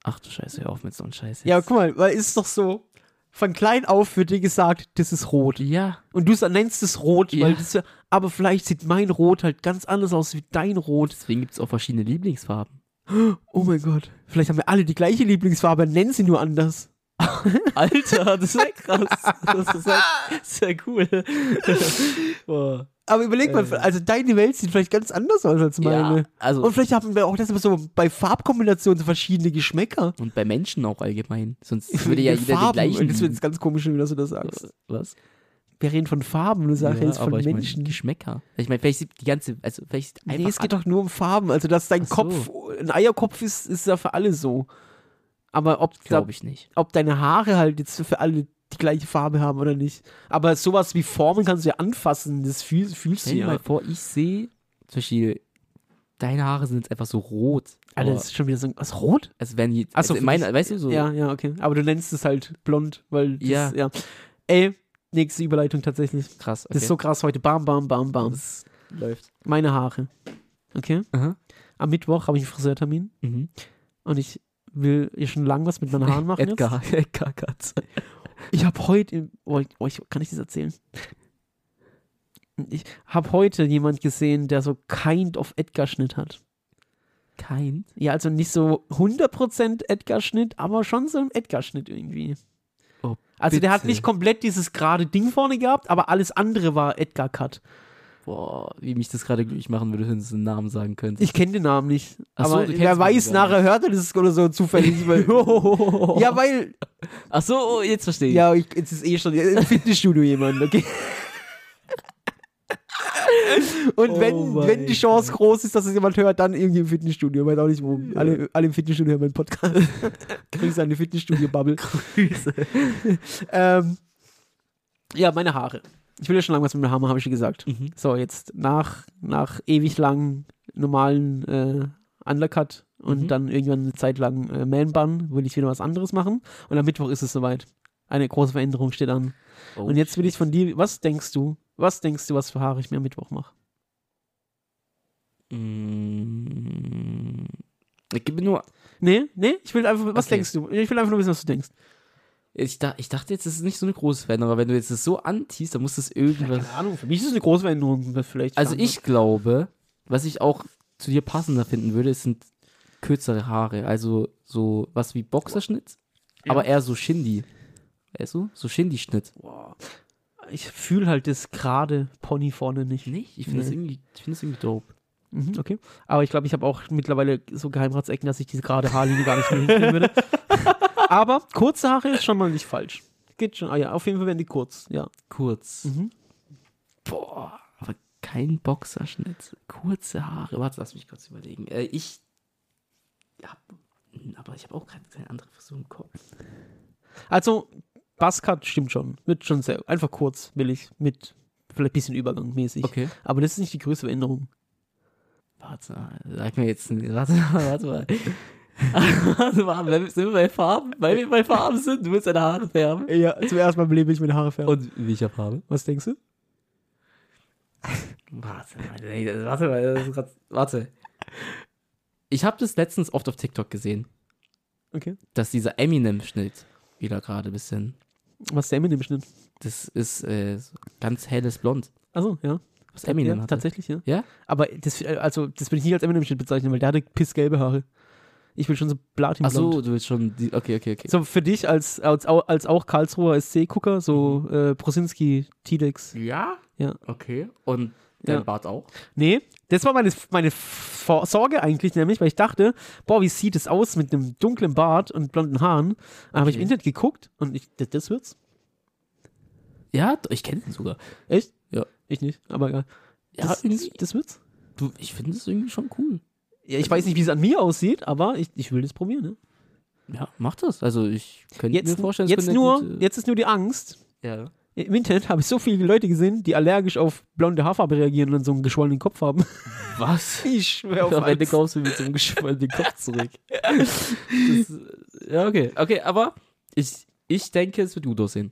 Speaker 2: Ach du Scheiße, hör auf mit so einem Scheiß.
Speaker 1: Ja,
Speaker 2: jetzt.
Speaker 1: guck mal, weil ist doch so. Von klein auf wird dir gesagt, das ist rot.
Speaker 2: Ja,
Speaker 1: Und du sa- nennst es rot,
Speaker 2: Ja.
Speaker 1: weil das ja, aber vielleicht sieht mein Rot halt ganz anders aus wie dein Rot.
Speaker 2: deswegen gibt es auch verschiedene Lieblingsfarben.
Speaker 1: Oh mein Gott. Vielleicht haben wir alle die gleiche Lieblingsfarbe, nennen sie nur anders.
Speaker 2: Alter, das ist ja krass. Das ist ja, cool. Boah.
Speaker 1: Aber überleg mal, also deine Welt sieht vielleicht ganz anders aus als meine.
Speaker 2: Äh. Ja, also
Speaker 1: Und
Speaker 2: und,
Speaker 1: vielleicht haben wir auch deshalb so bei Farbkombinationen so verschiedene Geschmäcker.
Speaker 2: bei Menschen auch allgemein. Sonst würde ja
Speaker 1: Die
Speaker 2: jeder
Speaker 1: Farben.
Speaker 2: die gleichen.
Speaker 1: Und das wird jetzt ganz komisch, wenn du das so sagst.
Speaker 2: was?
Speaker 1: Wir reden von Farben, du sagst
Speaker 2: ja,
Speaker 1: jetzt von
Speaker 2: aber ich mein,
Speaker 1: Menschen.
Speaker 2: Geschmäcker. Ich meine, vielleicht sieht die ganze, also vielleicht sieht einfach
Speaker 1: nee, es geht doch nur um Farben. Also, dass dein
Speaker 2: Ach so.
Speaker 1: Kopf ein Eierkopf ist, ist ja für alle so. Aber ob, da,
Speaker 2: glaube ich nicht.
Speaker 1: ob deine Haare halt jetzt für alle die gleiche Farbe haben oder nicht. Aber sowas wie Formen kannst du ja anfassen, das fühl, fühlst du
Speaker 2: Stell dir
Speaker 1: ja.
Speaker 2: mal vor, ich sehe zum Beispiel, deine Haare sind jetzt einfach so rot.
Speaker 1: Alter,
Speaker 2: Aber-
Speaker 1: das ist schon wieder so ein. Was, rot?
Speaker 2: Also wenn die,
Speaker 1: Ach so,
Speaker 2: also
Speaker 1: für
Speaker 2: meine,
Speaker 1: dich-
Speaker 2: weißt du, so,
Speaker 1: Ja, ja, okay. Aber du nennst es halt blond, weil. Das,
Speaker 2: Ja.
Speaker 1: Ey, nächste Überleitung tatsächlich.
Speaker 2: krass. Okay.
Speaker 1: Das ist so krass heute. Bam, bam, bam, bam.
Speaker 2: Das läuft.
Speaker 1: Meine Haare. Okay.
Speaker 2: Aha.
Speaker 1: Am Mittwoch habe ich einen Friseurtermin
Speaker 2: Mhm.
Speaker 1: und ich will ja schon lange was mit meinen Haaren machen. jetzt.
Speaker 2: Edgar, Edgar Katz.
Speaker 1: Ich habe heute, im- oh, ich- oh, ich, kann ich das erzählen? Ich habe heute jemand gesehen, der so kind of Edgar-Schnitt hat.
Speaker 2: Kein.
Speaker 1: Ja, also nicht so 100% Edgar-Schnitt, aber schon so ein Edgar-Schnitt irgendwie.
Speaker 2: Oh,
Speaker 1: also der hat
Speaker 2: bitte.
Speaker 1: nicht komplett dieses gerade Ding vorne gehabt, aber alles andere war Edgar-Cut.
Speaker 2: Boah, wie mich das gerade glücklich machen würde, wenn du einen Namen sagen könntest.
Speaker 1: Ich kenne den Namen nicht.
Speaker 2: Ach so,
Speaker 1: aber
Speaker 2: du kennst
Speaker 1: wer
Speaker 2: ihn
Speaker 1: weiß,
Speaker 2: gar
Speaker 1: nachher hört er das oder so zufällig. weil, ja, weil,
Speaker 2: Ach so, oh, jetzt verstehe ich.
Speaker 1: Oh. ja, ich, jetzt ist eh schon im Fitnessstudio jemand, okay? Und
Speaker 2: Oh
Speaker 1: wenn,
Speaker 2: mein
Speaker 1: wenn die Chance groß ist, dass es jemand hört, dann irgendwie im Fitnessstudio. Weiß auch nicht warum. Alle, alle im Fitnessstudio hören meinen Podcast. Grüße an die Fitnessstudio-Bubble. Grüße. ähm, ja, meine Haare. Ich will ja schon lange was mit meinen Haaren, habe ich schon gesagt.
Speaker 2: Mhm.
Speaker 1: So, jetzt nach, nach ewig langen normalen äh, Undercut und
Speaker 2: Mhm.
Speaker 1: dann irgendwann eine Zeit lang äh, Man-Bun, will ich wieder was anderes machen. Und am Mittwoch ist es soweit. Eine große Veränderung steht an.
Speaker 2: Oh,
Speaker 1: und jetzt will ich von dir, was denkst du, was denkst du, was für Haare ich mir am Mittwoch mache?
Speaker 2: Mm, Ich gebe nur.
Speaker 1: Nee, nee, ich will einfach, was
Speaker 2: Okay.
Speaker 1: denkst du? Ich will einfach nur wissen, was du denkst.
Speaker 2: Ich, da, ich dachte jetzt, das ist nicht so eine große Veränderung, aber wenn du jetzt das so antiest, dann muss das irgendwas.
Speaker 1: Ahnung, für mich ist es eine große Veränderung vielleicht.
Speaker 2: Also ich glaube, was ich auch zu dir passender finden würde, es sind kürzere Haare. Also so was wie Boxerschnitt,
Speaker 1: Ja.
Speaker 2: aber eher so Shindy. Weißt du? So Shindy-Schnitt.
Speaker 1: Boah. Ich fühle halt das gerade Pony vorne nicht.
Speaker 2: Nicht? Ich finde das
Speaker 1: Nee.
Speaker 2: irgendwie, ich finde das irgendwie dope.
Speaker 1: Mhm, okay. Aber ich glaube, ich habe auch mittlerweile so Geheimratsecken, dass ich diese gerade Haarlinie gar nicht mehr hinkriegen würde. Aber kurze Haare ist schon mal nicht falsch. Geht schon. Ah ja, auf jeden Fall werden die kurz. Ja.
Speaker 2: Kurz.
Speaker 1: Mhm.
Speaker 2: Boah, aber kein Boxerschnitt. Kurze Haare. Warte, lass mich kurz überlegen. Äh, ich. Ja, aber ich habe auch keine, keine andere Frisur im Kopf.
Speaker 1: Also, Buzzcut stimmt schon. Wird schon sehr. Einfach kurz, billig. Mit vielleicht ein bisschen Übergang mäßig.
Speaker 2: Okay.
Speaker 1: Aber das ist nicht die größte Veränderung.
Speaker 2: Warte mal, sag mir jetzt, warte mal, warte mal. warte mal, wenn- sind wir bei Farben? Weil wir bei Farben sind, du willst deine Haare färben.
Speaker 1: Ja, zum ersten Mal belebe ich meine Haare färben. Und
Speaker 2: Und welcher Farbe?
Speaker 1: was denkst du?
Speaker 2: Warte mal, nee, das- warte mal, das ist grad, warte. Ich habe das letztens oft auf TikTok gesehen,
Speaker 1: Okay.
Speaker 2: dass dieser Eminem-Schnitt wieder gerade ein bisschen,
Speaker 1: Was ist der Eminem Schnitt?
Speaker 2: das ist äh, so ganz helles Blond,
Speaker 1: Achso, ja.
Speaker 2: was
Speaker 1: ja,
Speaker 2: Eminem hatte.
Speaker 1: Tatsächlich, ja.
Speaker 2: Ja?
Speaker 1: Aber das, also, das will ich nicht als Eminem-Schnitt bezeichnen, weil der hatte pissgelbe Haare. Ich will schon so platin
Speaker 2: Ach so, du willst schon, die, okay, okay, okay.
Speaker 1: So für dich als, als, au- als auch Karlsruher SC-Gucker, so äh, Prosinski, Tidex.
Speaker 2: Ja?
Speaker 1: Ja.
Speaker 2: Okay, und
Speaker 1: dein Ja.
Speaker 2: Bart auch?
Speaker 1: Nee, das war meine, meine Vor- Sorge eigentlich, nämlich, weil ich dachte, boah, wie sieht es aus mit einem dunklen Bart und blonden Haaren? Dann habe ich im
Speaker 2: Okay.
Speaker 1: Internet geguckt und ich, das, das wird's.
Speaker 2: Ja, ich kenne den sogar.
Speaker 1: Echt?
Speaker 2: Ja.
Speaker 1: Ich nicht, aber egal.
Speaker 2: Ja,
Speaker 1: das,
Speaker 2: irgendwie-
Speaker 1: das wird's.
Speaker 2: Du, ich finde es irgendwie schon cool.
Speaker 1: Ja, ich weiß nicht, wie es an mir aussieht, aber ich, ich will das probieren. Ne?
Speaker 2: Ja, mach das. Also ich könnte
Speaker 1: Jetzt,
Speaker 2: mir vorstellen, es
Speaker 1: jetzt,
Speaker 2: könnte
Speaker 1: nur,
Speaker 2: eine gute-
Speaker 1: jetzt ist nur die Angst.
Speaker 2: ja.
Speaker 1: Im Internet habe ich so viele Leute gesehen, die allergisch auf blonde Haarfarbe reagieren und so einen geschwollenen Kopf haben.
Speaker 2: Was?
Speaker 1: Ich schwöre
Speaker 2: Am Ende kommst du mit so einem geschwollenen Kopf zurück. Das, ja, okay. Okay, aber ich, ich denke, es wird gut aussehen.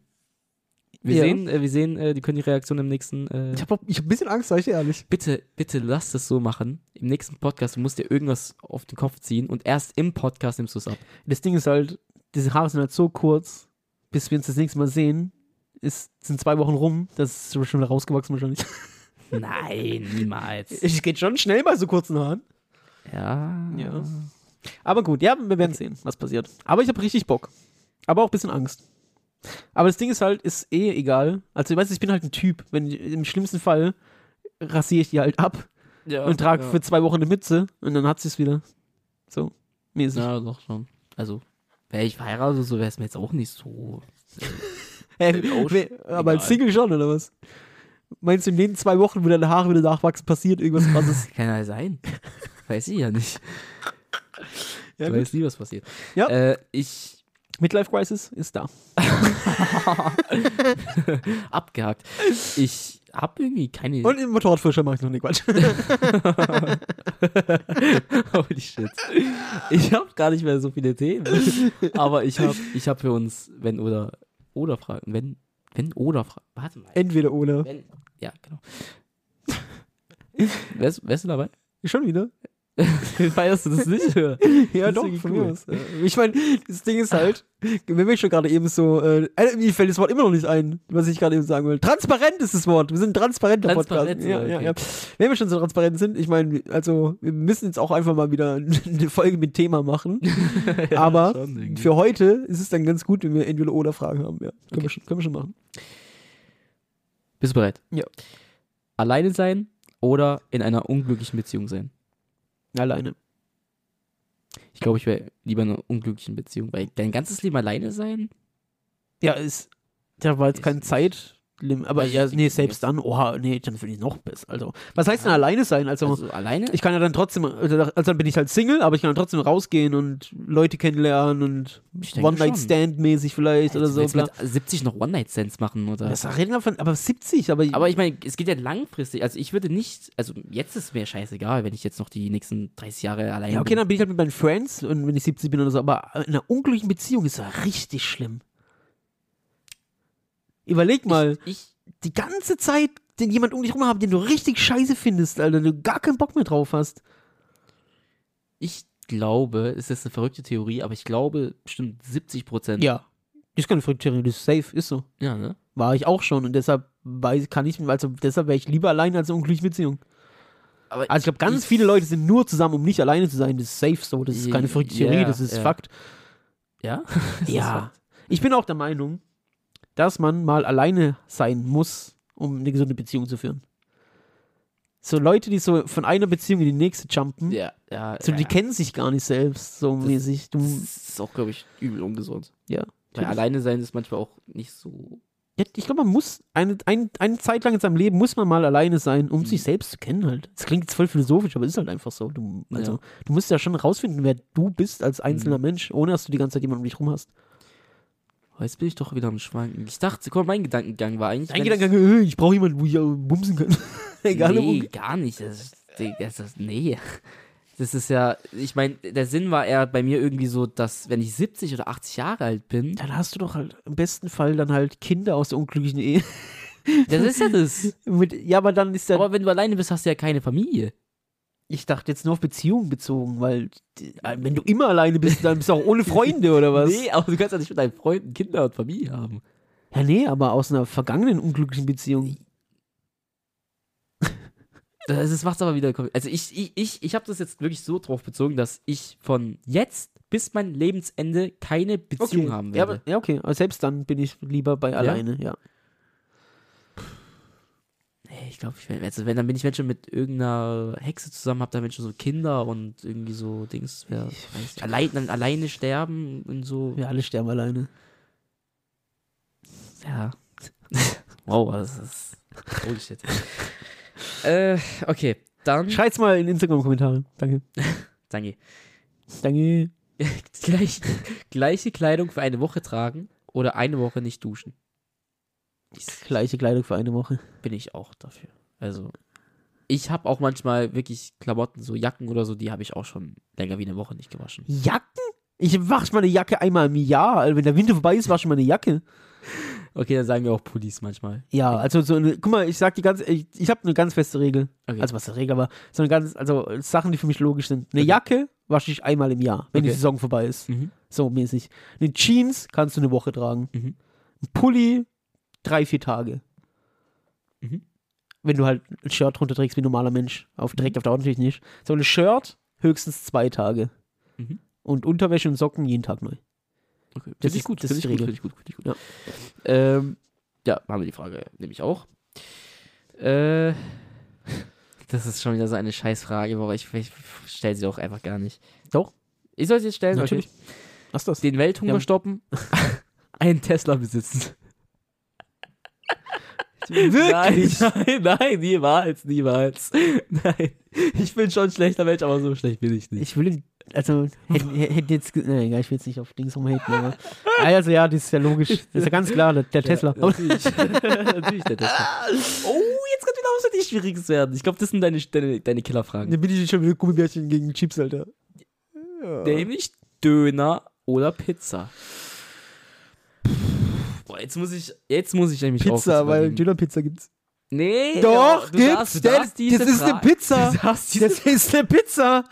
Speaker 2: Wir
Speaker 1: Ja.
Speaker 2: sehen, äh, wir sehen, äh, die können die Reaktion im nächsten. Äh,
Speaker 1: Ich habe ich hab ein bisschen Angst, sag ich dir ehrlich.
Speaker 2: bitte, bitte lass das so machen. Im nächsten Podcast, du musst dir irgendwas auf den Kopf ziehen und erst im Podcast nimmst du es ab.
Speaker 1: Das Ding ist halt, diese Haare sind halt so kurz, bis wir uns das nächste Mal sehen, ist, sind zwei Wochen rum, das ist schon wieder rausgewachsen wahrscheinlich.
Speaker 2: Nein, niemals.
Speaker 1: Es geht schon schnell bei so kurzen Haaren.
Speaker 2: Ja.
Speaker 1: Ja. Aber gut, ja, wir werden sehen, was passiert. Aber ich habe richtig Bock. Aber auch ein bisschen Angst. Aber das Ding ist halt, ist eh egal. Also, weißt du, ich bin halt ein Typ. Wenn, Im schlimmsten Fall rasiere ich die halt ab
Speaker 2: ja
Speaker 1: und trage
Speaker 2: ja.
Speaker 1: für zwei Wochen eine Mütze und dann hat sie es wieder. So, mäßig.
Speaker 2: Ja, doch schon. Also, wäre ich verheiratet, oder so wäre es mir jetzt auch nicht so.
Speaker 1: Hä,
Speaker 2: auch
Speaker 1: wer- aber als
Speaker 2: egal.
Speaker 1: Single schon, oder was? Meinst du, in den zwei Wochen, wo deine Haare wieder nachwachsen, passiert irgendwas krasses?
Speaker 2: Kann ja sein. Weiß ich ja nicht.
Speaker 1: ja,
Speaker 2: du
Speaker 1: gut.
Speaker 2: weißt nie, was passiert.
Speaker 1: Ja.
Speaker 2: Äh, ich.
Speaker 1: Midlife Crisis ist da.
Speaker 2: Abgehakt. Ich habe irgendwie keine.
Speaker 1: Und im Motorradfischer mache ich noch nicht Quatsch.
Speaker 2: Holy shit. Ich habe gar nicht mehr so viele Themen. Aber ich habe ich hab für uns wenn oder oder Fragen. Wenn, wenn oder Fragen. Warte mal.
Speaker 1: Entweder oder.
Speaker 2: Wenn. Ja, genau. wärst, wärst du dabei?
Speaker 1: Schon wieder.
Speaker 2: Feierst du das nicht? Oder?
Speaker 1: Ja,
Speaker 2: Das
Speaker 1: doch,
Speaker 2: ist
Speaker 1: von
Speaker 2: irgendwie
Speaker 1: mir aus. Äh, Ich meine, das Ding ist halt, mir bin schon gerade eben so, äh, äh, mir fällt das Wort immer noch nicht ein, was ich gerade eben sagen will. Transparent ist das Wort. Wir sind ein transparenter
Speaker 2: Transparent,
Speaker 1: Podcast. Ja,
Speaker 2: ja,
Speaker 1: ja,
Speaker 2: okay.
Speaker 1: ja. Wenn wir schon so transparent sind, ich meine, also, wir müssen jetzt auch einfach mal wieder eine Folge mit Thema machen. Aber
Speaker 2: schon irgendwie.
Speaker 1: für heute ist es dann ganz gut, wenn wir entweder oder Fragen haben. Ja, können,
Speaker 2: Okay.
Speaker 1: wir, schon, können wir schon machen.
Speaker 2: Bist du bereit?
Speaker 1: Ja.
Speaker 2: Alleine sein oder in einer unglücklichen Beziehung sein?
Speaker 1: Alleine.
Speaker 2: Ich glaube, ich wäre lieber in einer unglücklichen Beziehung, weil dein ganzes Leben alleine sein?
Speaker 1: Ja, ist, da war jetzt
Speaker 2: Ist
Speaker 1: keine
Speaker 2: nicht-
Speaker 1: Zeit. Aber ja, nee, selbst dann, oha, nee, dann finde ich noch besser. Also, was heißt denn alleine sein? Also,
Speaker 2: Also alleine?
Speaker 1: Ich kann ja dann trotzdem, also da- also dann bin ich halt Single, aber ich kann dann trotzdem rausgehen und Leute kennenlernen und
Speaker 2: Ich denke schon.
Speaker 1: One-Night-Stand-mäßig vielleicht
Speaker 2: Alter,
Speaker 1: oder so.
Speaker 2: willst du
Speaker 1: Bla.
Speaker 2: mit 70 noch One-Night-Stands machen, oder?
Speaker 1: Das reden wir von, aber 70, aber,
Speaker 2: aber ich meine, es geht ja langfristig. Also ich würde nicht, also jetzt ist mir scheißegal, wenn ich jetzt noch die nächsten 30 Jahre alleine
Speaker 1: ja, okay,
Speaker 2: bin.
Speaker 1: dann bin ich halt mit meinen Friends und wenn ich 70 bin oder so, aber in einer unglücklichen Beziehung ist ja richtig schlimm. Überleg mal,
Speaker 2: Ich,
Speaker 1: die ganze Zeit den jemand um dich rum haben, den du richtig scheiße findest, Alter, du gar keinen Bock mehr drauf hast.
Speaker 2: ich glaube, es ist eine verrückte Theorie, aber ich glaube bestimmt 70 Prozent.
Speaker 1: Ja. Das ist keine verrückte Theorie, das ist safe, ist so.
Speaker 2: ja, ne?
Speaker 1: War ich auch schon und deshalb weiß, kann ich, also deshalb wäre ich lieber allein als in einer unglücklichen Beziehung.
Speaker 2: Aber
Speaker 1: Also ich glaube, ganz viele Leute sind nur zusammen, um nicht alleine zu sein. Das ist safe so. Das ist keine verrückte
Speaker 2: Ja,
Speaker 1: Theorie, das ist
Speaker 2: ja.
Speaker 1: Fakt.
Speaker 2: Ja?
Speaker 1: Ja. Ich bin auch der Meinung, dass man mal alleine sein muss, um eine gesunde Beziehung zu führen. So Leute, die so von einer Beziehung in die nächste jumpen,
Speaker 2: Ja, ja.
Speaker 1: so,
Speaker 2: ja.
Speaker 1: die kennen sich gar nicht selbst, so mäßig. Du,
Speaker 2: Das ist auch, glaube ich, übel ungesund.
Speaker 1: ja.
Speaker 2: Weil alleine sein ist manchmal auch nicht so.
Speaker 1: Ja, Ich glaube, man muss eine, ein, eine Zeit lang in seinem Leben muss man mal alleine sein,
Speaker 2: Mhm.
Speaker 1: um sich selbst zu kennen halt. Das klingt jetzt voll philosophisch, aber ist halt einfach so. Du, also,
Speaker 2: Ja. Mhm.
Speaker 1: du musst ja schon rausfinden, wer du bist als einzelner Mensch, ohne dass du die ganze Zeit jemanden um dich rum hast.
Speaker 2: Oh, Jetzt bin ich doch wieder am Schwanken. Ich dachte, guck mal, mein Gedankengang war eigentlich.
Speaker 1: Ein Gedanke, äh, ich brauche jemanden, wo ich auch bumsen kann. Egal,
Speaker 2: Egal,
Speaker 1: wo.
Speaker 2: nee, gar nicht. Das ist, das ist, nee. Das ist ja, ich meine, der Sinn war eher bei mir irgendwie so, dass wenn ich 70 oder 80 Jahre alt bin,
Speaker 1: Dann hast du doch halt im besten Fall dann halt Kinder aus der unglücklichen Ehe.
Speaker 2: das ist ja das.
Speaker 1: Mit, ja, aber dann ist ja.
Speaker 2: Aber wenn du alleine bist, hast du ja keine Familie.
Speaker 1: ich dachte jetzt nur auf Beziehungen bezogen, weil die- äh, wenn du immer alleine bist, dann bist du auch ohne Freunde oder was?
Speaker 2: Nee, aber du kannst ja nicht mit deinen Freunden Kinder und Familie haben.
Speaker 1: Ja, nee, aber aus einer vergangenen unglücklichen Beziehung.
Speaker 2: Das das macht's aber wieder. kom- Also ich, ich, ich, ich habe das jetzt wirklich so drauf bezogen, dass ich von jetzt bis mein Lebensende keine Beziehung haben
Speaker 1: Ja,
Speaker 2: werde.
Speaker 1: aber, ja, okay. Aber selbst dann bin ich lieber bei alleine, ja.
Speaker 2: Nee, ich glaube, ich wär, also wenn, dann bin ich wenn schon mit irgendeiner Hexe zusammen, hab dann wenn schon so Kinder und irgendwie so Dings. Wär,
Speaker 1: Ich weiß nicht.
Speaker 2: allein, dann alleine sterben und so.
Speaker 1: Wir alle sterben alleine.
Speaker 2: Ja. Wow, das ist. Holy shit. äh, okay, dann.
Speaker 1: Schreit's mal in Instagram-Kommentare. Danke.
Speaker 2: Danke.
Speaker 1: Danke.
Speaker 2: Gleich, gleiche Kleidung für eine Woche tragen oder eine Woche nicht duschen. Ich,
Speaker 1: Gleiche Kleidung für eine Woche.
Speaker 2: bin ich auch dafür. Also, ich habe auch manchmal wirklich Klamotten, so Jacken oder so, die habe ich auch schon länger wie eine Woche nicht gewaschen.
Speaker 1: Jacken? Ich wasche meine Jacke einmal im Jahr. Also wenn der Winter vorbei ist, wasche ich meine Jacke.
Speaker 2: Okay, dann sagen wir auch Pullis manchmal.
Speaker 1: Ja, also so eine, guck mal, ich sag die ganz, ich, ich habe eine ganz feste Regel.
Speaker 2: Okay.
Speaker 1: Also was ist Regel, aber so eine ganz, also Sachen, die für mich logisch sind. Eine
Speaker 2: Okay.
Speaker 1: Jacke wasche ich einmal im Jahr, wenn die
Speaker 2: Okay.
Speaker 1: Saison vorbei ist.
Speaker 2: Mhm.
Speaker 1: So mäßig. Eine Jeans kannst du eine Woche tragen.
Speaker 2: Mhm.
Speaker 1: Ein Pulli drei, vier Tage.
Speaker 2: Mhm.
Speaker 1: Wenn du halt ein Shirt runter trägst wie ein normaler Mensch. Auf, direkt auf Dauer natürlich nicht. So ein Shirt höchstens zwei Tage.
Speaker 2: Mhm.
Speaker 1: Und Unterwäsche und Socken jeden Tag neu.
Speaker 2: Okay.
Speaker 1: Das
Speaker 2: Finde ich
Speaker 1: ist-
Speaker 2: gut,
Speaker 1: das
Speaker 2: finde
Speaker 1: ist
Speaker 2: ich
Speaker 1: die Regel.
Speaker 2: gut, finde ich gut, finde ich gut. Ja, ähm, ja haben wir die Frage, nehme ich auch. Äh, das ist schon wieder so eine Scheißfrage, aber ich, ich stelle sie auch einfach gar nicht.
Speaker 1: Doch.
Speaker 2: Ich soll sie jetzt stellen?
Speaker 1: Natürlich. Was ist das?
Speaker 2: Okay. Den Welthunger
Speaker 1: Ja.
Speaker 2: stoppen, einen Tesla besitzen.
Speaker 1: Wirklich?
Speaker 2: Nein, nein, nein, niemals, niemals. Nein, ich bin schon ein schlechter Mensch, aber so schlecht bin ich nicht.
Speaker 1: Ich will, den- also, hätte hätte jetzt, ge- nein, egal, ich will jetzt nicht auf Dings rumhaten, aber. Ah, also, ja, das ist ja logisch. Das ist ja ganz klar, der, der Tesla.
Speaker 2: Ja, natürlich. natürlich der Tesla. Oh, jetzt könnte wieder was für dich Schwieriges werden. Ich glaube, das sind deine, deine, deine Killerfragen.
Speaker 1: Dann bin ich schon wieder Gummibärchen gegen Chips, Alter.
Speaker 2: Nämlich Döner oder Pizza. Boah, jetzt muss ich, jetzt muss ich nämlich auch was
Speaker 1: Pizza, weil
Speaker 2: überlegen.
Speaker 1: Dönerpizza gibt's.
Speaker 2: Nee,
Speaker 1: Doch,
Speaker 2: aber du
Speaker 1: gibt's,
Speaker 2: darfst, du
Speaker 1: denn
Speaker 2: darfst diese
Speaker 1: das ist eine
Speaker 2: Frage-
Speaker 1: Pizza.
Speaker 2: Du darfst diese,
Speaker 1: Das ist eine Pizza!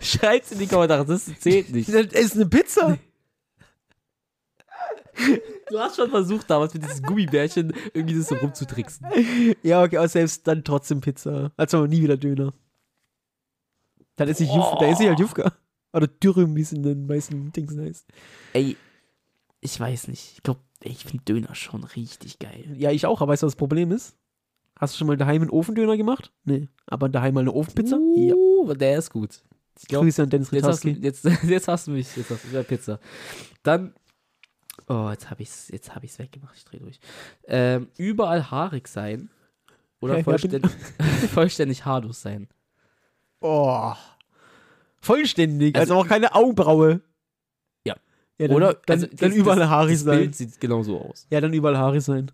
Speaker 2: schreib's in die Kommentare, das zählt nicht.
Speaker 1: Das ist eine Pizza!
Speaker 2: Du hast schon versucht damals mit diesem Gummibärchen irgendwie das so rumzutricksen.
Speaker 1: Ja, okay, aber selbst dann trotzdem Pizza. Also nie wieder Döner. Dann esse ich, Juf, dann esse ich halt Jufka. Oder Dürüm, wie es in den meisten Dings heißt.
Speaker 2: Ey, ich weiß nicht. Ich glaube, ich finde Döner schon richtig geil.
Speaker 1: Ja, ich auch, aber weißt du, was das Problem ist? Hast du schon mal daheim einen Ofendöner gemacht? Nee. Aber daheim mal eine Ofenpizza? ja.
Speaker 2: Uh, der ist gut. Ich glaub,
Speaker 1: Grüße an Dennis
Speaker 2: jetzt, hast du,
Speaker 1: Ritarski.
Speaker 2: jetzt, jetzt hast du mich. Jetzt hast du wieder Pizza. Dann. Oh, jetzt habe ich es jetzt hab ich's weggemacht. Ich drehe durch. Ähm, überall haarig sein. Oder
Speaker 1: Ja, ja, bin-
Speaker 2: vollständig, vollständig haarlos sein.
Speaker 1: Oh. Vollständig, also,
Speaker 2: Also-
Speaker 1: auch keine Augenbraue.
Speaker 2: Ja.
Speaker 1: ja dann,
Speaker 2: Oder-
Speaker 1: dann,
Speaker 2: also
Speaker 1: dann
Speaker 2: das-
Speaker 1: überall
Speaker 2: das-
Speaker 1: haarig
Speaker 2: Das
Speaker 1: sein.
Speaker 2: Bild sieht genauso aus.
Speaker 1: Ja, dann überall haarig sein.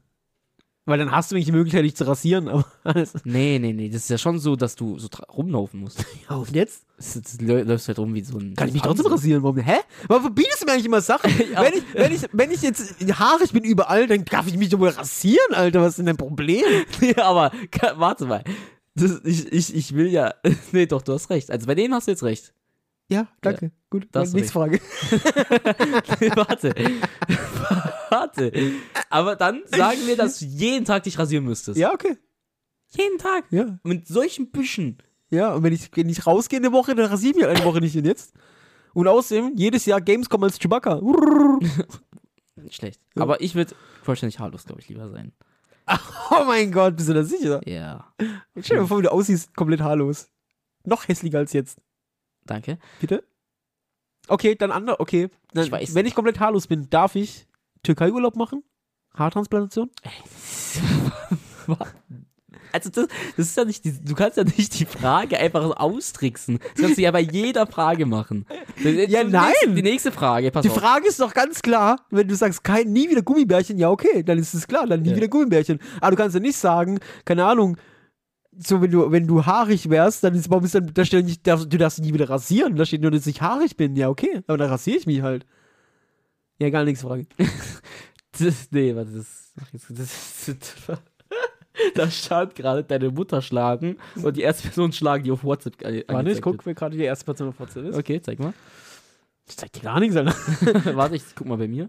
Speaker 1: Weil dann hast du nicht die Möglichkeit, dich zu rasieren, aber alles.
Speaker 2: Nee, nee, nee. Das ist ja schon so, dass du so dra- rumlaufen musst.
Speaker 1: Ja, und jetzt?
Speaker 2: Das, das lä- läufst halt rum wie so ein.
Speaker 1: Kann ich mich
Speaker 2: Panzer.
Speaker 1: trotzdem rasieren? Warum? Hä? Warum verbietest du mir eigentlich immer Sachen?
Speaker 2: Ja.
Speaker 1: wenn, ich, wenn, ich, wenn ich jetzt haarig bin überall, dann darf ich mich doch wohl rasieren, Alter. Was ist denn dein Problem?
Speaker 2: Nee, aber ka- warte mal. Das, ich, ich, ich will ja. Nee, doch, du hast recht. Also bei denen hast du jetzt recht.
Speaker 1: Ja, danke. Gut,
Speaker 2: Da hast du
Speaker 1: nächste Frage.
Speaker 2: Nee, warte. warte. Aber dann sagen wir, dass du jeden Tag dich rasieren müsstest.
Speaker 1: Ja, okay.
Speaker 2: Jeden Tag.
Speaker 1: Ja,
Speaker 2: Mit solchen Büschen.
Speaker 1: ja. Und wenn ich, wenn ich rausgehe eine Woche, dann rasiere ich mich halt eine Woche nicht. Und jetzt? Und außerdem, jedes Jahr Gamescom als Chewbacca. Oh
Speaker 2: Schlecht.
Speaker 1: Ja.
Speaker 2: Aber ich würde vollständig haarlos, glaube ich, lieber sein.
Speaker 1: Oh mein Gott, bist du da sicher?
Speaker 2: Ja.
Speaker 1: Stell dir mal vor, wie du aussiehst, komplett haarlos. Noch hässlicher als jetzt.
Speaker 2: Danke.
Speaker 1: Bitte? Okay, dann andere. Okay. Dann,
Speaker 2: Ich weiß
Speaker 1: wenn ich komplett haarlos bin, darf ich Türkei-Urlaub machen? Haartransplantation?
Speaker 2: Also das, das ist ja nicht, die, du kannst ja nicht die Frage einfach so austricksen. Das kannst du ja bei jeder Frage machen.
Speaker 1: Ja, nein.
Speaker 2: die Nächste, die nächste Frage, pass
Speaker 1: Die
Speaker 2: auf.
Speaker 1: Frage ist doch ganz klar, wenn du sagst, kein, nie wieder Gummibärchen, ja okay, dann ist es klar, dann nie
Speaker 2: Ja.
Speaker 1: wieder Gummibärchen. Aber du kannst ja nicht sagen, keine Ahnung, so wenn du, wenn du haarig wärst, dann ist, warum ist dann, da steht nicht, darfst- du darfst nie wieder rasieren, da steht nur, dass ich haarig bin, ja okay, aber dann rasiere ich mich halt. Ja, gar nichts Frage.
Speaker 2: Das, nee, warte, das, ach, jetzt- das, das Da stand gerade deine Mutter schlagen und die erste Person schlagen, die auf WhatsApp ange-
Speaker 1: Warte, ich
Speaker 2: angezeigt
Speaker 1: guck, wer gerade die erste Person auf WhatsApp
Speaker 2: wird.
Speaker 1: ist.
Speaker 2: Okay, zeig mal.
Speaker 1: Ich zeig dir gar nichts, Alter.
Speaker 2: warte, ich guck mal bei mir.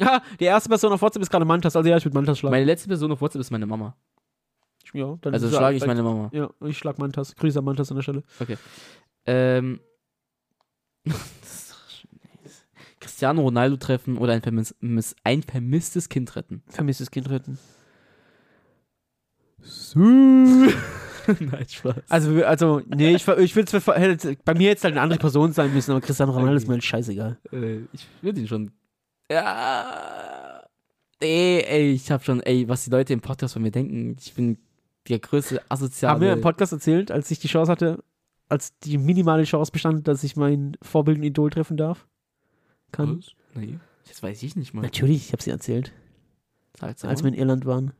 Speaker 1: Ah, die erste Person auf WhatsApp ist gerade Mantas, also ja, ich würde Mantas schlagen.
Speaker 2: Meine letzte Person auf WhatsApp ist meine Mama.
Speaker 1: ja, dann
Speaker 2: Also
Speaker 1: ist er-
Speaker 2: schlage ich
Speaker 1: dann-
Speaker 2: meine Mama.
Speaker 1: Ja, ich schlag Mantas. Grüße an Mantas an der Stelle.
Speaker 2: Ähm, das ist doch schon- Cristiano Ronaldo treffen oder ein, vermiss, miss- ein vermisstes Kind retten.
Speaker 1: Vermisstes Kind retten.
Speaker 2: Nein, Spaß.
Speaker 1: Also, wir- also nee, ich, ver- ich würde es bei mir jetzt halt eine andere Person sein müssen, aber Cristiano Ronaldo ist mir halt scheißegal.
Speaker 2: Äh, ich würde ihn schon. Ja. Ey, ey, ich hab schon, ey, was die Leute im Podcast von mir denken, ich bin der größte asoziale.
Speaker 1: Haben wir im Podcast erzählt, als ich die Chance hatte, als die minimale Chance bestand, dass ich mein Vorbild und Idol treffen darf? Kann?
Speaker 2: Was? Nee, das weiß ich nicht mal.
Speaker 1: Natürlich, ich habe sie erzählt,
Speaker 2: Sag's
Speaker 1: als wir
Speaker 2: mal.
Speaker 1: in Irland waren.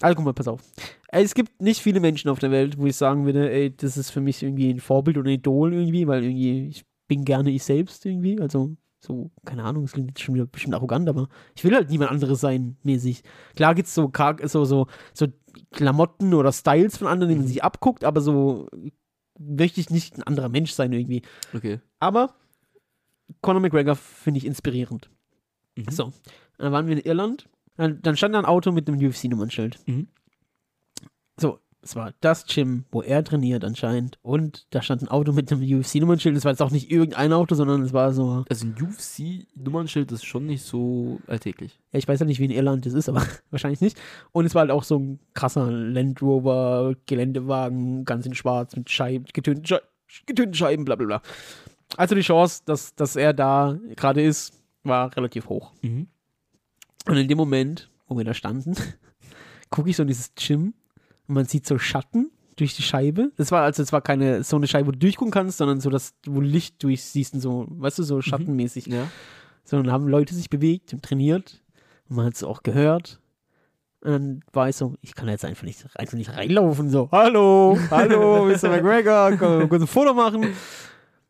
Speaker 1: Also guck Ah. mal, pass auf. Ey, Es gibt nicht viele Menschen auf der Welt, wo ich sagen würde, ey, das ist für mich irgendwie ein Vorbild oder ein Idol irgendwie, weil irgendwie ich bin gerne ich selbst irgendwie. Also so, keine Ahnung, es klingt jetzt schon wieder bestimmt arrogant, aber ich will halt niemand anderes sein, mäßig. Klar gibt's so, Char- so, so, so Klamotten oder Styles von anderen, die man sich abguckt, aber so möchte ich nicht ein anderer Mensch sein irgendwie.
Speaker 2: Okay.
Speaker 1: Aber Conor McGregor finde ich inspirierend.
Speaker 2: Mhm.
Speaker 1: So, und dann waren wir in Irland. Dann, dann stand da ein Auto mit einem UFC-Nummernschild.
Speaker 2: Mhm.
Speaker 1: So, es war das Gym, wo er trainiert anscheinend. Und da stand ein Auto mit einem UFC-Nummernschild. Es war jetzt auch nicht irgendein Auto, sondern es war so,
Speaker 2: Also ein UFC-Nummernschild ist schon nicht so alltäglich.
Speaker 1: ja, ich weiß ja nicht, wie in Irland das ist, aber wahrscheinlich nicht. Und es war halt auch so ein krasser Land Rover, Geländewagen, ganz in schwarz, mit Scheiben, getönten, Schei getönten Scheiben, bla bla bla. Also die Chance, dass, dass er da gerade ist, war relativ hoch.
Speaker 2: Mhm.
Speaker 1: Und in dem Moment, wo wir da standen, gucke ich so in dieses Gym und man sieht so Schatten durch die Scheibe. Das war also, es war keine so eine Scheibe, wo du durchgucken kannst, sondern so, dass du Licht durchsiehst und so, weißt du, so schattenmäßig.
Speaker 2: Ja.
Speaker 1: Sondern haben Leute sich bewegt und trainiert und man hat es auch gehört. Und dann war ich so, ich kann jetzt einfach nicht, einfach nicht reinlaufen, so, hallo, hallo, Mr. McGregor, komm, kurz ein Foto machen.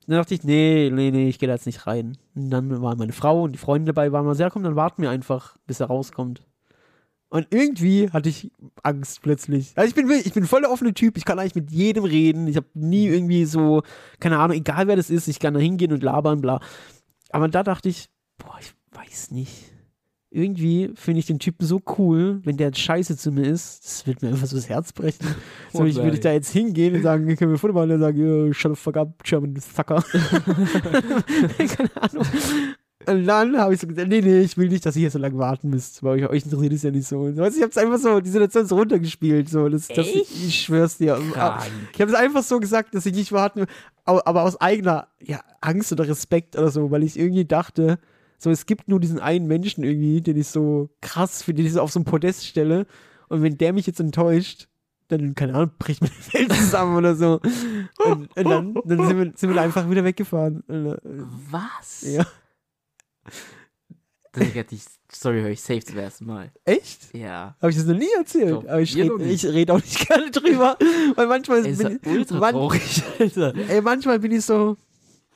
Speaker 1: Dann dachte ich, nee, nee, nee, ich gehe da jetzt nicht rein. Und dann war meine Frau und die Freunde dabei, waren mal sehr, komm, dann warten wir einfach, bis er rauskommt. Und irgendwie hatte ich Angst plötzlich. Also ich bin, wirklich- ich bin voll der offene Typ, ich kann eigentlich mit jedem reden, ich habe nie irgendwie so, keine Ahnung, egal wer das ist, ich kann da hingehen und labern, bla. Aber da dachte ich, boah, ich weiß nicht. Irgendwie finde ich den Typen so cool, wenn der scheiße zu mir ist, das wird mir einfach so das Herz brechen. So,
Speaker 2: Oh
Speaker 1: ich würde
Speaker 2: nein.
Speaker 1: ich da jetzt hingehen und sagen, können wir ein Foto machen und dann sagen, "Yo, shut the fuck up, German Sucker. Keine Ahnung. Und dann habe ich so gesagt, nee, nee, ich will nicht, dass ihr hier so lange warten müsst, weil euch, euch interessiert es ja nicht so. Und so. Also ich habe es einfach so, die Situation so runtergespielt. So. Das, das,
Speaker 2: Echt?
Speaker 1: ich, ich schwör's dir.
Speaker 2: Krank.
Speaker 1: Ich habe es einfach so gesagt, dass ich nicht warten will, aber, aber aus eigener ja, Angst oder Respekt oder so, weil ich irgendwie dachte, so es gibt nur diesen einen Menschen irgendwie, den ich so krass finde, den ich so auf so ein Podest stelle. Und wenn der mich jetzt enttäuscht, dann, keine Ahnung, bricht mir die Welt zusammen oder so. Und, und dann, dann sind, wir, sind wir da einfach wieder weggefahren. Und, äh,
Speaker 2: Was?
Speaker 1: Ja.
Speaker 2: Digga, die Story höre ich safe zum ersten Mal.
Speaker 1: echt?
Speaker 2: Ja.
Speaker 1: Habe ich das noch nie erzählt.
Speaker 2: Glaub,
Speaker 1: aber ich
Speaker 2: ihr noch
Speaker 1: rede
Speaker 2: nicht.
Speaker 1: ich red auch nicht gerne drüber. Weil manchmal,
Speaker 2: Ey, ist
Speaker 1: bin,
Speaker 2: ja
Speaker 1: ich-
Speaker 2: ultra
Speaker 1: man,
Speaker 2: traurig, Alter.
Speaker 1: ey, manchmal bin ich so,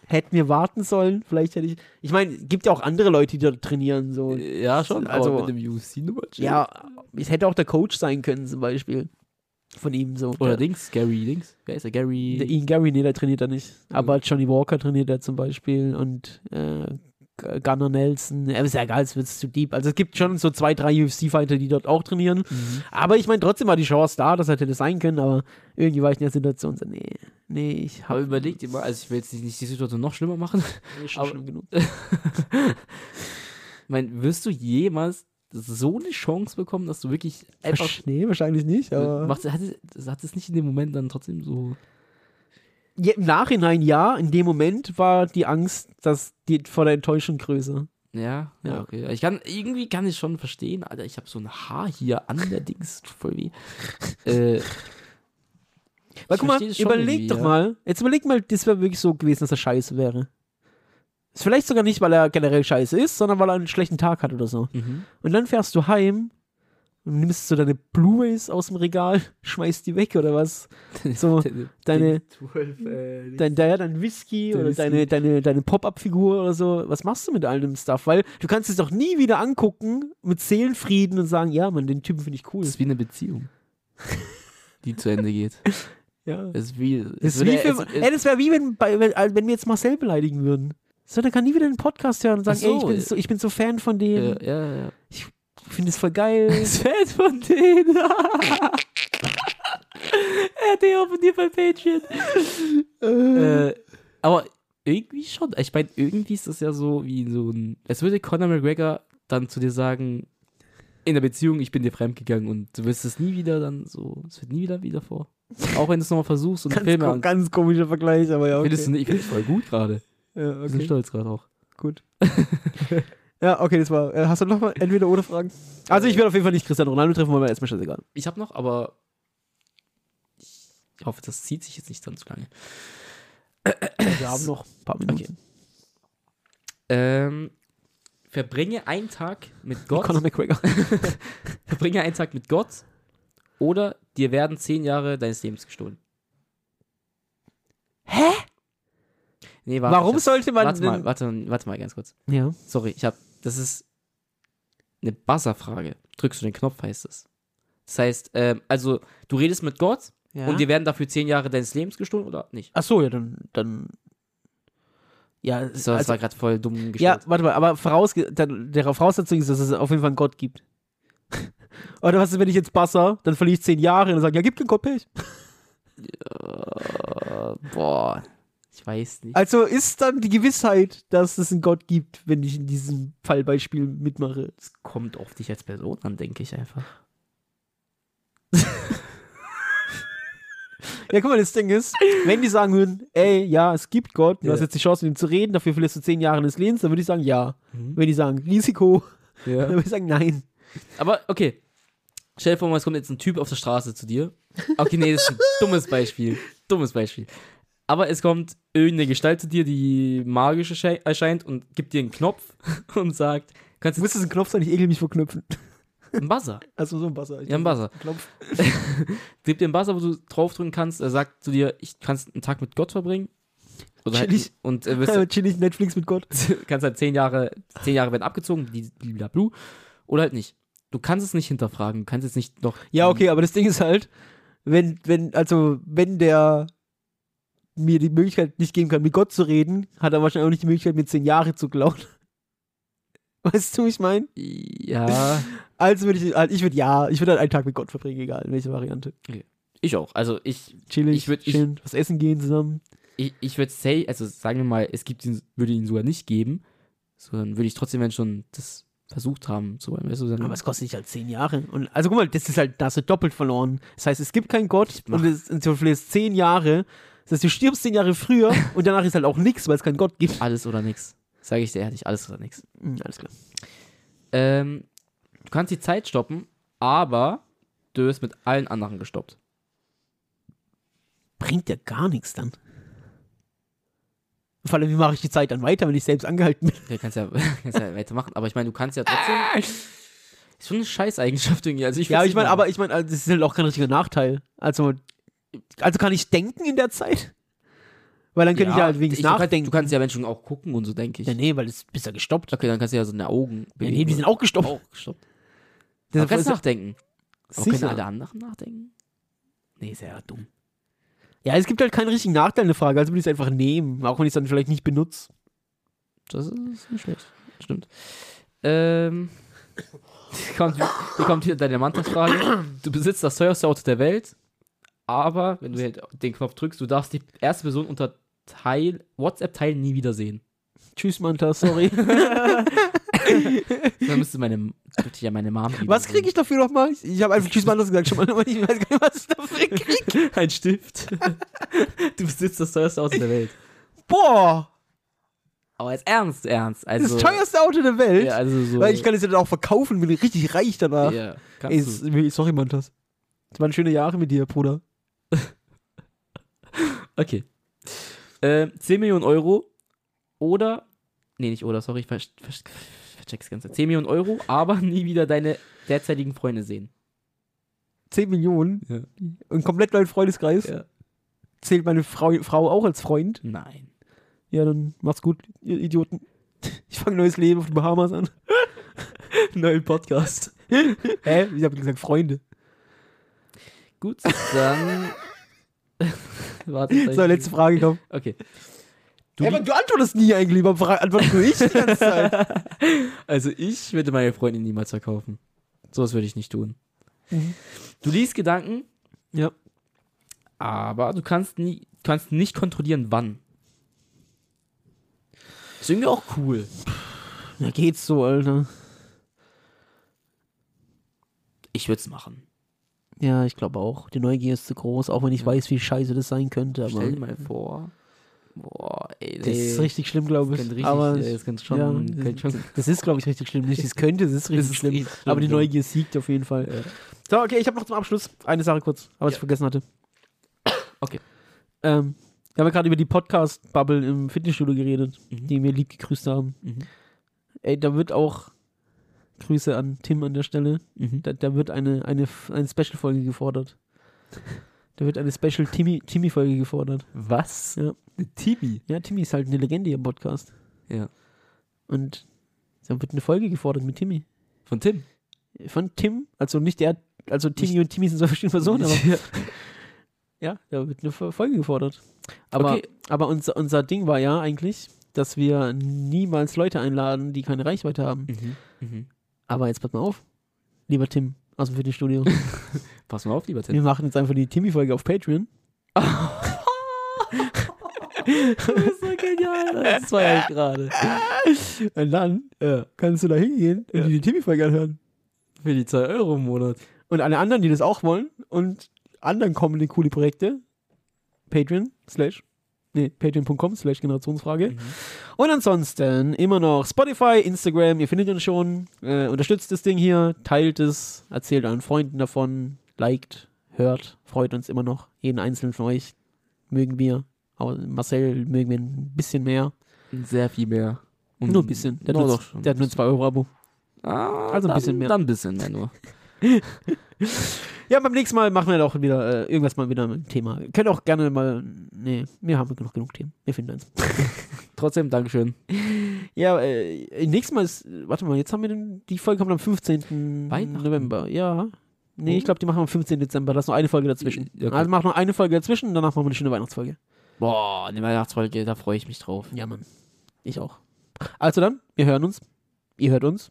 Speaker 1: hätten wir warten sollen. Vielleicht hätte ich. Ich meine, gibt ja auch andere Leute, die da trainieren. So.
Speaker 2: Ja, schon,
Speaker 1: Also-
Speaker 2: aber mit dem UFC-Nummernschild.
Speaker 1: Ja, es hätte auch der Coach sein können, zum Beispiel. Von ihm so.
Speaker 2: Oder
Speaker 1: der,
Speaker 2: Dings, Gary Dings. Wer ist der? Gary.
Speaker 1: der Ian Gary, nee, der trainiert er nicht. Aber Johnny Walker trainiert er zum Beispiel und äh, G- Gunnar Nelson. Ja, ist ja egal, es wird zu deep. Also es gibt schon so zwei, drei UFC-Fighter, die dort auch trainieren.
Speaker 2: Mhm.
Speaker 1: Aber ich meine, trotzdem war die Chance da, das hätte das sein können, aber irgendwie war ich in der Situation so, nee, nee, ich
Speaker 2: Aber
Speaker 1: habe
Speaker 2: überleg dir mal, also ich will jetzt nicht, nicht die Situation noch schlimmer machen.
Speaker 1: schon
Speaker 2: aber-
Speaker 1: schlimm genug.
Speaker 2: Ich meine, wirst du jemals so eine Chance bekommen, dass du wirklich einfach.
Speaker 1: Nee, wahrscheinlich nicht, aber
Speaker 2: Macht, hat, es, hat es nicht in dem Moment dann trotzdem so.
Speaker 1: ja, im Nachhinein ja, in dem Moment war die Angst, dass die vor der Enttäuschung größer.
Speaker 2: Ja,
Speaker 1: Ja.
Speaker 2: ja, okay. Ich kann, irgendwie kann ich schon verstehen, Alter, ich habe so ein Haar hier an der Dings, tut voll weh. Äh,
Speaker 1: Weil
Speaker 2: Ich
Speaker 1: guck mal,
Speaker 2: versteh das schon
Speaker 1: überleg
Speaker 2: irgendwie,
Speaker 1: doch
Speaker 2: ja.
Speaker 1: mal, jetzt überleg mal, das wäre wirklich so gewesen, dass er scheiße wäre. Ist Vielleicht sogar nicht, weil er generell scheiße ist, sondern weil er einen schlechten Tag hat oder so.
Speaker 2: mhm.
Speaker 1: Und dann fährst du heim und nimmst so deine Blu-rays aus dem Regal, schmeißt die weg oder was? So, deine-
Speaker 2: 12, äh,
Speaker 1: dein, dein, dein Whisky
Speaker 2: Der
Speaker 1: oder
Speaker 2: Whisky.
Speaker 1: deine, deine, deine Pop-Up-Figur oder so. Was machst du mit all dem Stuff? Weil du kannst es doch nie wieder angucken mit Seelenfrieden und sagen, ja, man, den Typen finde ich cool.
Speaker 2: Das ist wie eine Beziehung, die zu Ende geht.
Speaker 1: Ja.
Speaker 2: Es ist äh, wie.
Speaker 1: Das,
Speaker 2: es
Speaker 1: ist wie
Speaker 2: würde-
Speaker 1: für,
Speaker 2: es- es-
Speaker 1: ey, das wäre wie, wenn, bei, wenn, als wenn wir jetzt Marcel beleidigen würden. So, dann kann nie wieder den Podcast hören und sagen,
Speaker 2: Ach so,
Speaker 1: ey, ich bin,
Speaker 2: äh,
Speaker 1: so, ich bin so Fan von dem,
Speaker 2: ja, ja, ja.
Speaker 1: ich finde es voll geil.
Speaker 2: Fan von denen. RT abonniert bei Patreon. äh, aber irgendwie schon. Ich meine, irgendwie ist das ja so wie so ein. Es würde Conor McGregor dann zu dir sagen, in der Beziehung, ich bin dir fremdgegangen und du wirst es nie wieder dann so. Es wird nie wieder wieder vor. Auch wenn du es nochmal versuchst und
Speaker 1: ganz,
Speaker 2: Filme
Speaker 1: ko-
Speaker 2: an.
Speaker 1: ganz komischer Vergleich, aber ja,
Speaker 2: Findest du
Speaker 1: okay.
Speaker 2: nicht? Ich finde es voll gut gerade.
Speaker 1: Ja,
Speaker 2: Ich bin
Speaker 1: okay.
Speaker 2: stolz gerade auch.
Speaker 1: Gut. Ja, okay, das war. Äh, hast du noch mal entweder oder Fragen? Also
Speaker 2: Äh.
Speaker 1: ich werde auf jeden Fall nicht Cristiano Ronaldo treffen, weil mir erstmal scheißegal.
Speaker 2: Ich habe noch, aber ich hoffe, das zieht sich jetzt nicht dann zu lange.
Speaker 1: Wir haben noch ein paar Minuten.
Speaker 2: Okay. Ähm, verbringe einen Tag mit Gott.
Speaker 1: Conor McGregor.
Speaker 2: verbringe einen Tag mit Gott oder dir werden zehn Jahre deines Lebens gestohlen.
Speaker 1: Hä?
Speaker 2: Nee, warte,
Speaker 1: Warum
Speaker 2: ich
Speaker 1: sollte
Speaker 2: hab,
Speaker 1: man.
Speaker 2: warte mal,
Speaker 1: denn-
Speaker 2: warte, warte mal ganz kurz.
Speaker 1: Ja.
Speaker 2: Sorry, ich habe, das ist eine Buzzer-Frage. Drückst du den Knopf, heißt es. Das heißt, ähm, also du redest mit Gott
Speaker 1: ja.
Speaker 2: und dir werden dafür zehn Jahre deines Lebens gestohlen oder nicht?
Speaker 1: Ach so, ja, dann. dann ja,
Speaker 2: So, das
Speaker 1: also,
Speaker 2: war gerade voll dumm
Speaker 1: ja,
Speaker 2: gestellt.
Speaker 1: warte mal, aber vorausge dann, der Voraussetzung ist, dass es auf jeden Fall einen Gott gibt. Oder was ist, wenn ich jetzt Basser, dann verliere ich zehn Jahre und dann sage, ja, gibt keinen Gott Pech.
Speaker 2: Äh, boah, ich weiß nicht.
Speaker 1: Also ist dann die Gewissheit, dass es einen Gott gibt, wenn ich in diesem Fallbeispiel mitmache.
Speaker 2: Es kommt auf dich als Person an, denke ich einfach.
Speaker 1: Ja, guck mal, das Ding ist, wenn die sagen würden, ey, ja, es gibt Gott, du
Speaker 2: Ja.
Speaker 1: hast jetzt die Chance, mit ihm zu reden, dafür verlierst du zehn Jahre des Lebens, dann würde ich sagen, ja.
Speaker 2: Mhm.
Speaker 1: Wenn die sagen, Risiko, dann würde ich sagen, nein.
Speaker 2: Aber okay. Stell dir vor, es kommt jetzt ein Typ auf der Straße zu dir. Okay, nee, das ist ein dummes Beispiel. Dummes Beispiel. Aber es kommt irgendeine Gestalt zu dir, die magisch ersche- erscheint und gibt dir einen Knopf und sagt, kannst
Speaker 1: Du
Speaker 2: du
Speaker 1: musst diesen Knopf sein, ich egel mich vor Knöpfen.
Speaker 2: einen Buzzer.
Speaker 1: Also so ein Buzzer.
Speaker 2: Ja, einen Buzzer.
Speaker 1: Knopf.
Speaker 2: Gibt dir einen Buzzer, wo du draufdrücken kannst. Er sagt zu dir, ich kannst einen Tag mit Gott verbringen. Oder halt,
Speaker 1: Chillig.
Speaker 2: und äh, wirst,
Speaker 1: Ja, chillig Netflix mit Gott.
Speaker 2: kannst halt zehn Jahre, zehn Jahre werden abgezogen, die- die- bla, bla, oder halt nicht. Du kannst es nicht hinterfragen, du kannst jetzt nicht noch.
Speaker 1: Ja, okay, aber das Ding ist halt, wenn, wenn, also, wenn der mir die Möglichkeit nicht geben kann, mit Gott zu reden, hat er wahrscheinlich auch nicht die Möglichkeit, mir zehn Jahre zu klauen. Weißt du, wie ich meine?
Speaker 2: Ja,
Speaker 1: Also würde ich, also ich würde ja, ich würde halt einen Tag mit Gott verbringen, egal in welcher Variante.
Speaker 2: ich auch. Also ich,
Speaker 1: Chillig,
Speaker 2: Ich würd- ich-
Speaker 1: schön, was essen gehen zusammen.
Speaker 2: ich, ich würde say, also sagen wir mal, es gibt ihn, würde ihn sogar nicht geben, sondern würde ich trotzdem, wenn schon das versucht haben, so, weißt du, dann,
Speaker 1: Aber es kostet nicht halt zehn Jahre. Und, also guck mal, das ist halt, da hast du doppelt verloren. Das heißt, es gibt keinen Gott
Speaker 2: mach-
Speaker 1: und, es, und du verlierst zehn Jahre. Das heißt, du stirbst zehn Jahre früher und danach ist halt auch nichts, weil es keinen Gott gibt.
Speaker 2: alles oder nichts. Sage ich dir ehrlich, alles oder nichts.
Speaker 1: Hm, Alles klar.
Speaker 2: Ähm, du kannst die Zeit stoppen, aber du wirst mit allen anderen gestoppt.
Speaker 1: Bringt ja gar nichts dann. Vor allem, wie mache ich die Zeit dann weiter, wenn ich selbst angehalten bin?
Speaker 2: Du kannst ja, kannst ja weitermachen, aber ich meine, du kannst ja trotzdem. Ist schon eine Scheißeigenschaft irgendwie. Also ich
Speaker 1: Äh. Ja,
Speaker 2: würd's
Speaker 1: ich meine,
Speaker 2: nicht machen.
Speaker 1: aber ich meine, also, das ist halt auch kein richtiger Nachteil. Also, also kann ich denken in der Zeit? Weil dann könnte ich ja halt wenigstens
Speaker 2: du kannst-
Speaker 1: nachdenken.
Speaker 2: Du kannst ja Menschen auch gucken und so, denke ich.
Speaker 1: ja, nee, weil das bist ja gestoppt.
Speaker 2: Okay, dann kannst du ja so deine Augen
Speaker 1: Ja, nee, Oh. die sind
Speaker 2: auch,
Speaker 1: auch gestoppt.
Speaker 2: auch gestoppt. Dann kannst du nachdenken. Aber können
Speaker 1: Sicher.
Speaker 2: alle anderen nachdenken? Nee, ist ja dumm.
Speaker 1: Ja, es gibt halt keinen richtigen Nachteil in der Frage, also würde ich es einfach nehmen, auch wenn ich es dann vielleicht nicht benutze.
Speaker 2: Das ist nicht schlecht. Stimmt. Ähm. Hier kommt, hier kommt hier deine Mantasfrage. Du besitzt das teuerste Auto der Welt, aber wenn du halt den Knopf drückst, du darfst die erste Person unter Teil, WhatsApp-Teil nie wiedersehen.
Speaker 1: Tschüss, Manta, sorry.
Speaker 2: Dann müsste meine, müsste ich ja meine Mom
Speaker 1: was kriege ich dafür nochmal? Ich, ich habe einfach Tschüss, Manta gesagt, schon mal, aber ich weiß gar nicht, was ich dafür kriege.
Speaker 2: ich? Ein Stift. du besitzt das teuerste Auto der Welt.
Speaker 1: Boah,
Speaker 2: Aber jetzt ernst, ernst.
Speaker 1: das
Speaker 2: Also,
Speaker 1: teuerste Auto der Welt.
Speaker 2: Ja, also so.
Speaker 1: Weil ich kann es ja dann auch verkaufen, bin richtig reich danach.
Speaker 2: ja,
Speaker 1: Ey,
Speaker 2: kannst du.
Speaker 1: s- sorry, Mantas. Das waren schöne Jahre mit dir, Bruder.
Speaker 2: Okay. Ähm, 10 Millionen Euro oder. Nee, nicht oder, sorry, ich versch- versch- vercheck's Ganze. 10 Millionen Euro, aber nie wieder deine derzeitigen Freunde sehen.
Speaker 1: 10 Millionen
Speaker 2: Ja.
Speaker 1: und komplett mein Freundeskreis.
Speaker 2: Ja.
Speaker 1: Zählt meine Frau, Frau auch als Freund?
Speaker 2: Nein.
Speaker 1: Ja, dann macht's gut, ihr Idioten. Ich fange neues Leben auf den Bahamas an.
Speaker 2: Neuen Podcast.
Speaker 1: Hä? Ich habe gesagt, Freunde.
Speaker 2: Gut, dann. Warte, soll ich-
Speaker 1: So, letzte Frage, komm.
Speaker 2: Okay.
Speaker 1: Du, hey, aber du antwortest nie eigentlich, warum fra- antwortest nur ich die ganze Zeit?
Speaker 2: Also, ich würde meine Freundin niemals verkaufen. Sowas würde ich nicht tun.
Speaker 1: Mhm.
Speaker 2: Du liest Gedanken,
Speaker 1: ja.
Speaker 2: aber du kannst, nie, kannst nicht kontrollieren, wann. Ist irgendwie auch cool.
Speaker 1: Na geht's so, Alter.
Speaker 2: Ich würde es machen.
Speaker 1: Ja, ich glaube auch. Die Neugier ist zu groß, auch wenn ich weiß, wie scheiße das sein könnte. Aber
Speaker 2: Stell dir mal vor, Boah, ey,
Speaker 1: Das ist richtig schlimm, glaube ich.
Speaker 2: könnte richtig,
Speaker 1: aber
Speaker 2: äh, das könnte schon,
Speaker 1: ja,
Speaker 2: könnte schon
Speaker 1: das ist, glaube ich, richtig schlimm. Nicht, das könnte, das ist richtig
Speaker 2: ist
Speaker 1: schlimm.
Speaker 2: richtig schlimm,
Speaker 1: aber die
Speaker 2: ja.
Speaker 1: Neugier siegt auf jeden Fall.
Speaker 2: Ja.
Speaker 1: So, okay, ich habe noch zum Abschluss eine Sache kurz, aber was
Speaker 2: Ja.
Speaker 1: ich vergessen hatte.
Speaker 2: Okay.
Speaker 1: Ähm, wir haben ja gerade über die Podcast-Bubble im Fitnessstudio geredet,
Speaker 2: Mhm.
Speaker 1: die mir lieb gegrüßt haben.
Speaker 2: Mhm.
Speaker 1: Ey, da wird auch Grüße an Tim an der Stelle.
Speaker 2: Mhm.
Speaker 1: Da, da wird eine, eine, eine Special-Folge gefordert. Da wird eine Special-Timmy-Folge gefordert.
Speaker 2: Was?
Speaker 1: Ja.
Speaker 2: Tibi.
Speaker 1: Ja, Timmy ist halt eine Legende hier im Podcast.
Speaker 2: Ja.
Speaker 1: Und da wird eine Folge gefordert mit Timmy.
Speaker 2: Von Tim.
Speaker 1: Von Tim, also nicht der, also Timmy und Timmy sind so verschiedene Personen, aber ja, da wird eine Fo- Folge gefordert. Aber,
Speaker 2: Okay.
Speaker 1: aber unser, unser Ding war ja eigentlich, dass wir niemals Leute einladen, die keine Reichweite haben.
Speaker 2: Mhm. Mhm.
Speaker 1: Aber jetzt pass mal auf, lieber Tim aus dem Fitnessstudio.
Speaker 2: Pass mal auf, lieber Tim.
Speaker 1: wir machen jetzt einfach die Timmy-Folge auf Patreon.
Speaker 2: das ist so genial. Das war ich gerade.
Speaker 1: Und dann äh, kannst du da hingehen und dir die Timmy-Folge anhören.
Speaker 2: Für die 2 Euro im Monat.
Speaker 1: Und alle anderen, die das auch wollen und anderen kommende coole Projekte, Patreon slash, nee, patreon.com slash Generationsfrage.
Speaker 2: Mhm.
Speaker 1: Und ansonsten immer noch Spotify, Instagram, ihr findet uns schon. Äh, unterstützt das Ding hier, teilt es, erzählt euren Freunden davon, liked, hört, freut uns immer noch. Jeden einzelnen von euch mögen wir. Aber Marcel mögen wir ein bisschen mehr.
Speaker 2: Sehr viel mehr. Und
Speaker 1: Nur ein bisschen. Der hat,
Speaker 2: Nur
Speaker 1: nur,
Speaker 2: doch schon.
Speaker 1: der hat nur 2 Euro Abo.
Speaker 2: Ah,
Speaker 1: Also ein
Speaker 2: dann,
Speaker 1: bisschen mehr.
Speaker 2: Dann ein bisschen mehr nur.
Speaker 1: Ja, beim nächsten Mal machen wir doch wieder äh, irgendwas mal wieder mit dem Thema. Ihr Könnt auch gerne mal. Nee, wir haben noch genug Themen. Wir finden eins.
Speaker 2: Trotzdem, Dankeschön.
Speaker 1: Ja, äh, nächstes Mal ist. Warte mal, jetzt haben wir den, die Folge kommt am 15.
Speaker 2: Weihnachten?
Speaker 1: November. Ja. Nee,
Speaker 2: Oh.
Speaker 1: ich glaube, die machen wir am 15. Dezember. Da ist noch eine Folge dazwischen.
Speaker 2: Ja, okay.
Speaker 1: Also machen wir eine Folge dazwischen, danach machen wir eine schöne Weihnachtsfolge.
Speaker 2: Boah, die Weihnachtsfolge, da freue ich mich drauf.
Speaker 1: Ja, Mann. Ich auch. Also dann, wir hören uns. Ihr hört uns.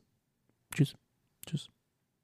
Speaker 1: Tschüss.
Speaker 2: Tschüss.